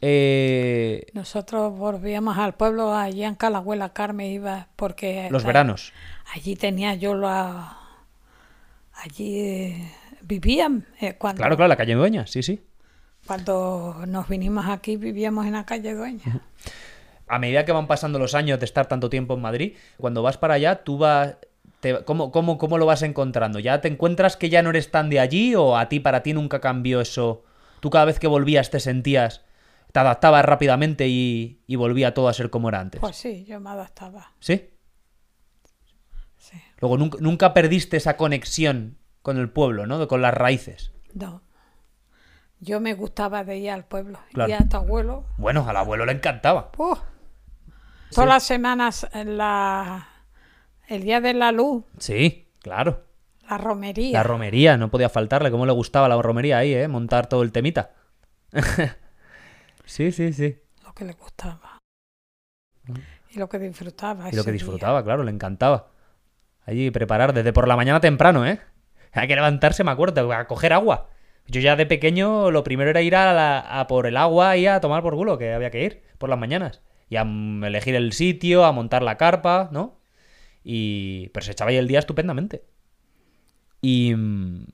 Speaker 2: eh,
Speaker 3: Nosotros volvíamos al pueblo, allí en Calagüela Carmen iba, porque...
Speaker 2: los
Speaker 3: esta-
Speaker 2: veranos?
Speaker 3: Allí tenía yo la... Allí eh, vivían. eh, cuando,
Speaker 2: Claro, claro, la calle Dueña, sí, sí.
Speaker 3: cuando nos vinimos aquí vivíamos en la calle Dueña.
Speaker 2: A medida que van pasando los años de estar tanto tiempo en Madrid, cuando vas para allá, tú vas... te- ¿cómo, cómo, cómo lo vas encontrando? ¿Ya te encuentras que ya no eres tan de allí o a ti, para ti, nunca cambió eso? ¿Tú cada vez que volvías te sentías, te adaptabas rápidamente y, y volvía todo a ser como era antes?
Speaker 3: Pues sí, yo me adaptaba.
Speaker 2: ¿Sí?
Speaker 3: Sí.
Speaker 2: Luego, nunca, nunca perdiste esa conexión con el pueblo, ¿no? Con las raíces.
Speaker 3: No. Yo me gustaba de ir al pueblo.
Speaker 2: Claro.
Speaker 3: Y a tu abuelo.
Speaker 2: Bueno, al abuelo le encantaba.
Speaker 3: ¡buah! Todas las semanas en la, el día de la luz,
Speaker 2: Sí, claro.
Speaker 3: la romería.
Speaker 2: La romería, no podía faltarle. Cómo le gustaba la romería ahí, ¿eh? Montar todo el temita. sí, sí, sí.
Speaker 3: lo que le gustaba. Y lo que disfrutaba.
Speaker 2: Mm. Y lo
Speaker 3: ese
Speaker 2: que
Speaker 3: día.
Speaker 2: disfrutaba, claro, le encantaba. Allí preparar desde por la mañana temprano, ¿eh? Hay que levantarse, me acuerdo, a coger agua. Yo ya de pequeño lo primero era ir a, la- a por el agua y a tomar por culo, que había que ir por las mañanas. Y a mm, elegir el sitio, a montar la carpa, ¿no? Y... Pero se echaba ahí el día estupendamente. Y... mm,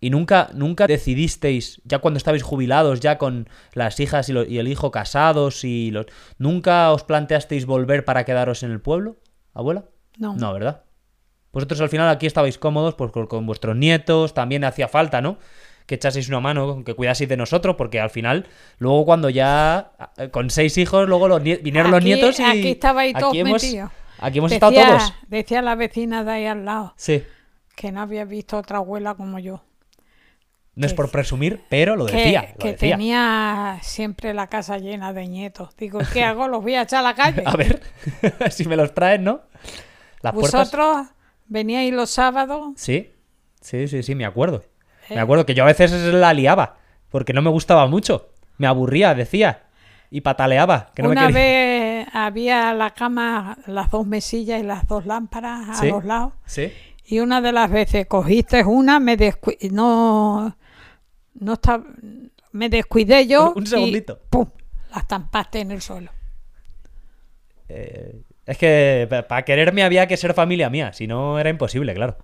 Speaker 2: Y nunca, nunca decidisteis, ya cuando estabais jubilados, ya con las hijas y, lo- y el hijo casados, y los, ¿nunca os planteasteis volver para quedaros en el pueblo, abuela?
Speaker 3: No.
Speaker 2: No, ¿verdad? Vosotros al final aquí estabais cómodos pues, con, con vuestros nietos, también hacía falta, ¿no? Que echaseis una mano, que cuidaseis de nosotros, porque al final, luego cuando ya, eh, con seis hijos, luego los nie- vinieron los
Speaker 3: Aquí-
Speaker 2: nietos y...
Speaker 3: aquí estabais todos
Speaker 2: hemos,
Speaker 3: metidos.
Speaker 2: aquí hemos
Speaker 3: decía,
Speaker 2: estado todos.
Speaker 3: Decía la vecina de ahí al lado
Speaker 2: Sí.
Speaker 3: que no había visto otra abuela como yo.
Speaker 2: No es por presumir, pero lo
Speaker 3: que,
Speaker 2: decía. lo
Speaker 3: que
Speaker 2: decía.
Speaker 3: tenía siempre la casa llena de nietos. Digo, ¿qué hago? ¿Los voy a echar a la calle?
Speaker 2: A ver, si me los traen, ¿no? Las puertas.
Speaker 3: Vosotros veníais los sábados
Speaker 2: Sí, sí, sí, sí, me acuerdo. Me
Speaker 3: Eh.
Speaker 2: acuerdo que yo a veces la liaba, porque no me gustaba mucho. Me aburría, decía. Y pataleaba. Que no
Speaker 3: Una
Speaker 2: me quería...
Speaker 3: vez había la cama, las dos mesillas y las dos lámparas a
Speaker 2: Sí.
Speaker 3: los lados.
Speaker 2: Sí.
Speaker 3: Y una de las veces cogiste una, me descu- y no, no estaba, me descuidé yo.
Speaker 2: Un- un
Speaker 3: y
Speaker 2: segundito.
Speaker 3: ¡Pum! La estampaste en el suelo.
Speaker 2: Eh, es que para quererme había que ser familia mía, si no era imposible, claro.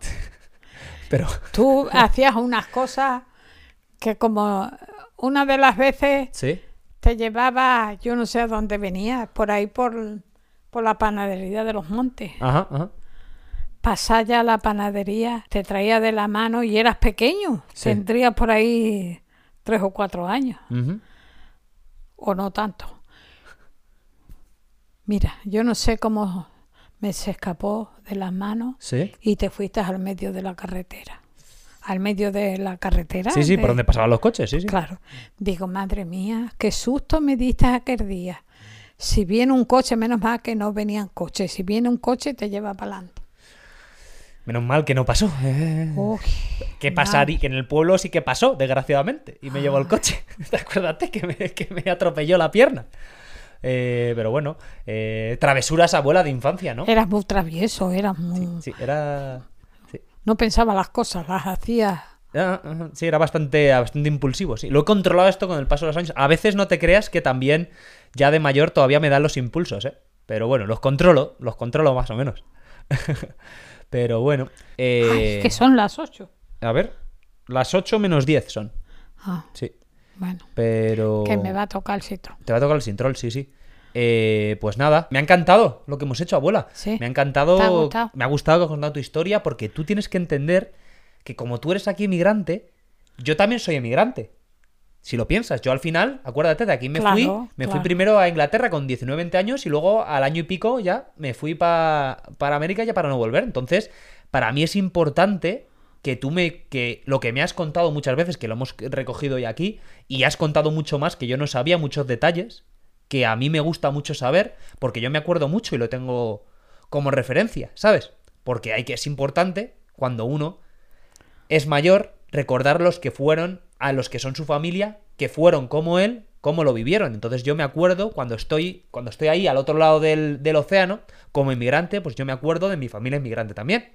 Speaker 2: Pero
Speaker 3: Tú hacías unas cosas que como una de las veces
Speaker 2: sí,
Speaker 3: te llevaba, yo no sé a dónde venías, por ahí por, por la panadería de los montes.
Speaker 2: ajá, ajá.
Speaker 3: pasar ya a la panadería, te traía de la mano y eras pequeño.
Speaker 2: Sí.
Speaker 3: Tendrías por ahí tres o cuatro años,
Speaker 2: ujú.
Speaker 3: o no tanto. Mira, yo no sé cómo me se escapó de las manos
Speaker 2: Sí.
Speaker 3: y te fuiste al medio de la carretera. Al medio de la carretera.
Speaker 2: Sí, sí,
Speaker 3: de-
Speaker 2: por donde pasaban los coches, sí, sí.
Speaker 3: Claro. Digo, madre mía, qué susto me diste aquel día. Si viene un coche, menos mal que no venían coches. Si viene un coche, te lleva para adelante.
Speaker 2: Menos mal que no pasó. eh. que pasaría, que en el pueblo sí que pasó, desgraciadamente, y me llevó
Speaker 3: Ah.
Speaker 2: el coche. Acuérdate que me, que me atropelló la pierna. Eh, pero bueno, eh, travesuras abuela de infancia, ¿no?
Speaker 3: Eras muy travieso, eras muy...
Speaker 2: Sí, era. Sí.
Speaker 3: No pensaba las cosas, las hacía.
Speaker 2: Ah, ajá, sí, era bastante, bastante impulsivo, sí. Lo he controlado esto con el paso de los años. A veces no te creas que también, ya de mayor, todavía me dan los impulsos, ¿eh? Pero bueno, los controlo, los controlo más o menos. pero bueno. eh,
Speaker 3: Ay, que son las ocho.
Speaker 2: A ver, las 8 menos 10 son.
Speaker 3: Ah,
Speaker 2: Sí.
Speaker 3: bueno,
Speaker 2: Pero.
Speaker 3: que me va a tocar el citro.
Speaker 2: Te va a tocar el Sintrol, sí, sí. Eh, pues nada, me ha encantado lo que hemos hecho, abuela.
Speaker 3: Sí.
Speaker 2: Me ha encantado.
Speaker 3: ¿Te ha gustado?
Speaker 2: me ha gustado que has contado tu historia porque tú tienes que entender que como tú eres aquí emigrante, yo también soy emigrante. Si lo piensas, yo al final, acuérdate, de aquí me fui,
Speaker 3: Claro,
Speaker 2: me fui
Speaker 3: claro.
Speaker 2: primero a Inglaterra con 19, 20 años y luego al año y pico ya me fui pa- para América ya para no volver. Entonces, para mí es importante que tú me que lo que me has contado muchas veces, que lo hemos recogido hoy aquí y has contado mucho más que yo no sabía muchos detalles que a mí me gusta mucho saber porque yo me acuerdo mucho y lo tengo como referencia, ¿sabes? Porque hay que es importante cuando uno es mayor recordar los que fueron, a los que son su familia, que fueron como él, cómo lo vivieron. Entonces yo me acuerdo cuando estoy, cuando estoy ahí al otro lado del, del océano, como inmigrante, pues yo me acuerdo de mi familia inmigrante también.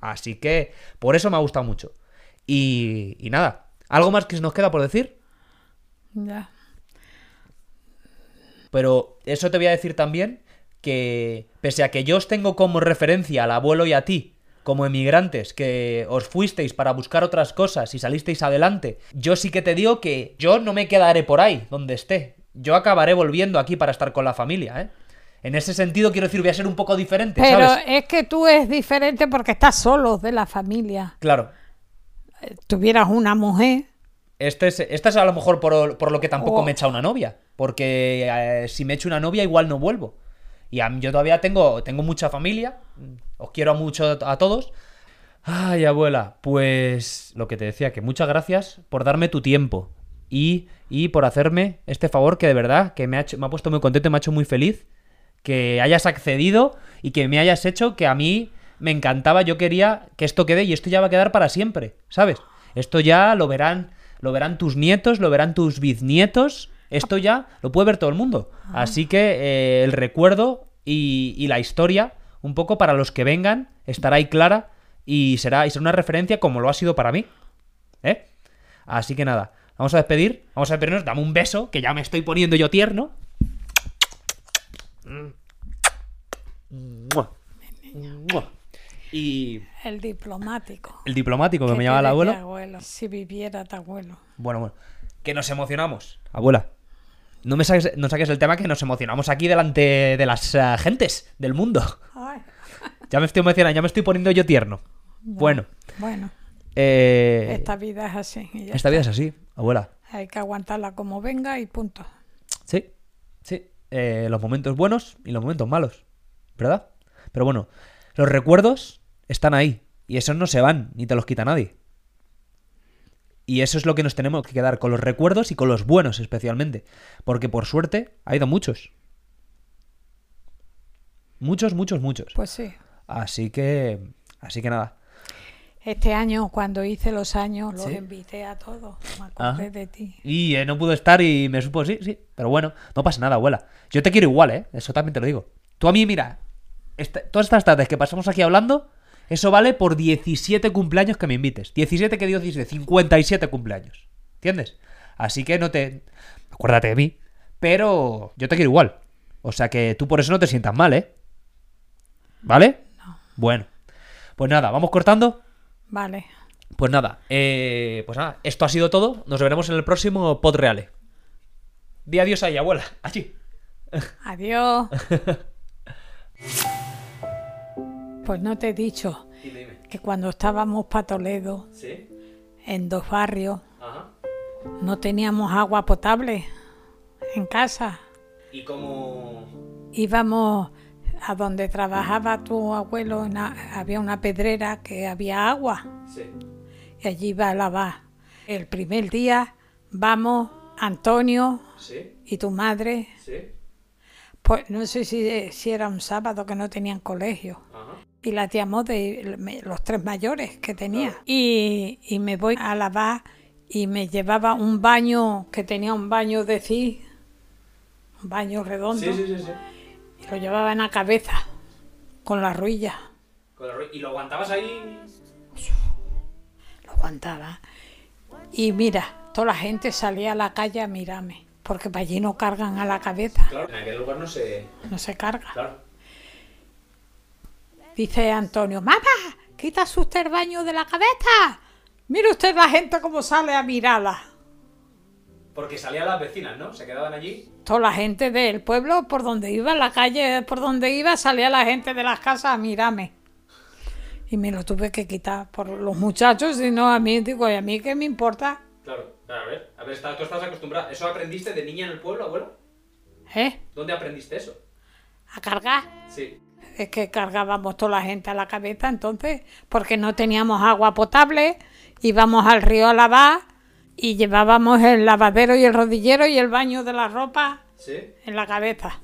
Speaker 2: Así que por eso me ha gustado mucho. Y, y nada, ¿algo más que nos queda por decir?
Speaker 3: Ya.
Speaker 2: Pero eso te voy a decir también que pese a que yo os tengo como referencia al abuelo y a ti, como emigrantes que os fuisteis para buscar otras cosas y salisteis adelante, yo sí que te digo que yo no me quedaré por ahí donde esté. Yo acabaré volviendo aquí para estar con la familia, ¿eh? En ese sentido, quiero decir, voy a ser un poco diferente,
Speaker 3: Pero
Speaker 2: ¿sabes?
Speaker 3: es que tú es diferente porque estás solo de la familia.
Speaker 2: Claro.
Speaker 3: Eh, Tuvieras una mujer.
Speaker 2: Este es, esta es a lo mejor por, por lo que tampoco
Speaker 3: Oh.
Speaker 2: me echa una novia. Porque eh, si me echo una novia, igual no vuelvo. Y a mí- yo todavía tengo, tengo mucha familia. Os quiero mucho a todos. Ay, abuela, pues lo que te decía, que muchas gracias por darme tu tiempo y, y por hacerme este favor que de verdad que me ha, hecho- me ha puesto muy contento y me ha hecho muy feliz que hayas accedido y que me hayas hecho que a mí me encantaba, yo quería que esto quede y esto ya va a quedar para siempre, ¿sabes? Esto ya lo verán, lo verán tus nietos, lo verán tus bisnietos, esto ya lo puede ver todo el mundo. Así que eh, el recuerdo y, y la historia, un poco para los que vengan, estará ahí clara y será, y será una referencia como lo ha sido para mí. ¿Eh? Así que nada, vamos a despedir, vamos a despedirnos, dame un beso, que ya me estoy poniendo yo tierno. Mua. Mua. Y
Speaker 3: El diplomático.
Speaker 2: el diplomático que
Speaker 3: que
Speaker 2: me llamaba el
Speaker 3: te decía
Speaker 2: abuelo.
Speaker 3: abuelo. Si viviera tu abuelo.
Speaker 2: Bueno, bueno. Que nos emocionamos. Abuela. No me saques, no saques el tema que nos emocionamos aquí delante de las eh, gentes del mundo.
Speaker 3: Ay,
Speaker 2: Ya me estoy emocionando, ya me estoy poniendo yo tierno. Bueno,
Speaker 3: Bueno,
Speaker 2: eh,
Speaker 3: esta vida es así. y ya
Speaker 2: esta vida es así, abuela.
Speaker 3: está. Hay que aguantarla como venga y punto.
Speaker 2: Sí, sí. Eh, los momentos buenos y los momentos malos, ¿verdad? Pero bueno, los recuerdos están ahí y esos no se van ni te los quita nadie. Y eso es lo que nos tenemos que quedar con los recuerdos y con los buenos especialmente, porque por suerte ha ido muchos. Muchos, muchos, muchos.
Speaker 3: Pues sí.
Speaker 2: Así que así que nada.
Speaker 3: Este año, cuando hice los años, los
Speaker 2: Sí.
Speaker 3: invité a todos. Me acordé
Speaker 2: Ajá.
Speaker 3: de ti.
Speaker 2: Y eh, no pudo estar y me supo, sí, sí. Pero bueno, no pasa nada, abuela. Yo te quiero igual, ¿eh? Eso también te lo digo. Tú a mí, mira, esta- todas estas tardes que pasamos aquí hablando, eso vale por 17 cumpleaños que me invites. 17 que digo 17, 57 cumpleaños. ¿Entiendes? Así que no te... Acuérdate de mí. Pero yo te quiero igual. O sea que tú por eso no te sientas mal, ¿eh? ¿Vale? Bueno. Pues nada, vamos cortando.
Speaker 3: Vale.
Speaker 2: Pues nada, eh, pues nada, esto ha sido todo. Nos veremos en el próximo Pod Reale. Di adiós ahí, abuela. Allí.
Speaker 3: Adiós. pues no te he dicho que cuando estábamos para Toledo,
Speaker 2: ¿Sí?
Speaker 3: en dos barrios,
Speaker 2: Ajá.
Speaker 3: no teníamos agua potable en casa.
Speaker 2: Y como...
Speaker 3: íbamos a donde trabajaba tu abuelo, en la- había una pedrera que había agua
Speaker 2: Sí.
Speaker 3: y allí iba a lavar. El primer día vamos Antonio
Speaker 2: Sí.
Speaker 3: y tu madre,
Speaker 2: Sí.
Speaker 3: pues no sé si, si era un sábado que no tenían colegio.
Speaker 2: Ajá.
Speaker 3: Y la llamó de me- los tres mayores que tenía. Y, y me voy a lavar y me llevaba un baño que tenía un baño de sí, un baño redondo.
Speaker 2: sí, sí.
Speaker 3: Y lo llevaba en la cabeza, con la ruilla.
Speaker 2: Y lo aguantabas ahí...
Speaker 3: Lo aguantaba. Y mira, toda la gente salía a la calle a mirarme, porque para allí no cargan a la cabeza,
Speaker 2: Claro, en aquel lugar no se...
Speaker 3: no se carga.
Speaker 2: Claro.
Speaker 3: Dice Antonio, mamá, quítase usted el baño de la cabeza. Mire usted la gente cómo sale a mirarla.
Speaker 2: Porque salían las vecinas, ¿no? Se quedaban allí.
Speaker 3: Toda la gente del pueblo, por donde iba, la calle por donde iba, salía la gente de las casas a mirarme. Y me lo tuve que quitar por los muchachos, y no a mí, digo, ¿y a mí qué me importa?
Speaker 2: Claro. Claro, a ver. A ver, está- tú estás acostumbrada. ¿Eso aprendiste de niña en el pueblo, abuelo?
Speaker 3: ¿Eh?
Speaker 2: ¿Dónde aprendiste eso?
Speaker 3: A cargar.
Speaker 2: Sí.
Speaker 3: Es que cargábamos toda la gente a la cabeza entonces, porque no teníamos agua potable, íbamos al río a lavar y llevábamos el lavadero y el rodillero y el baño de la ropa
Speaker 2: Sí.
Speaker 3: en la cabeza.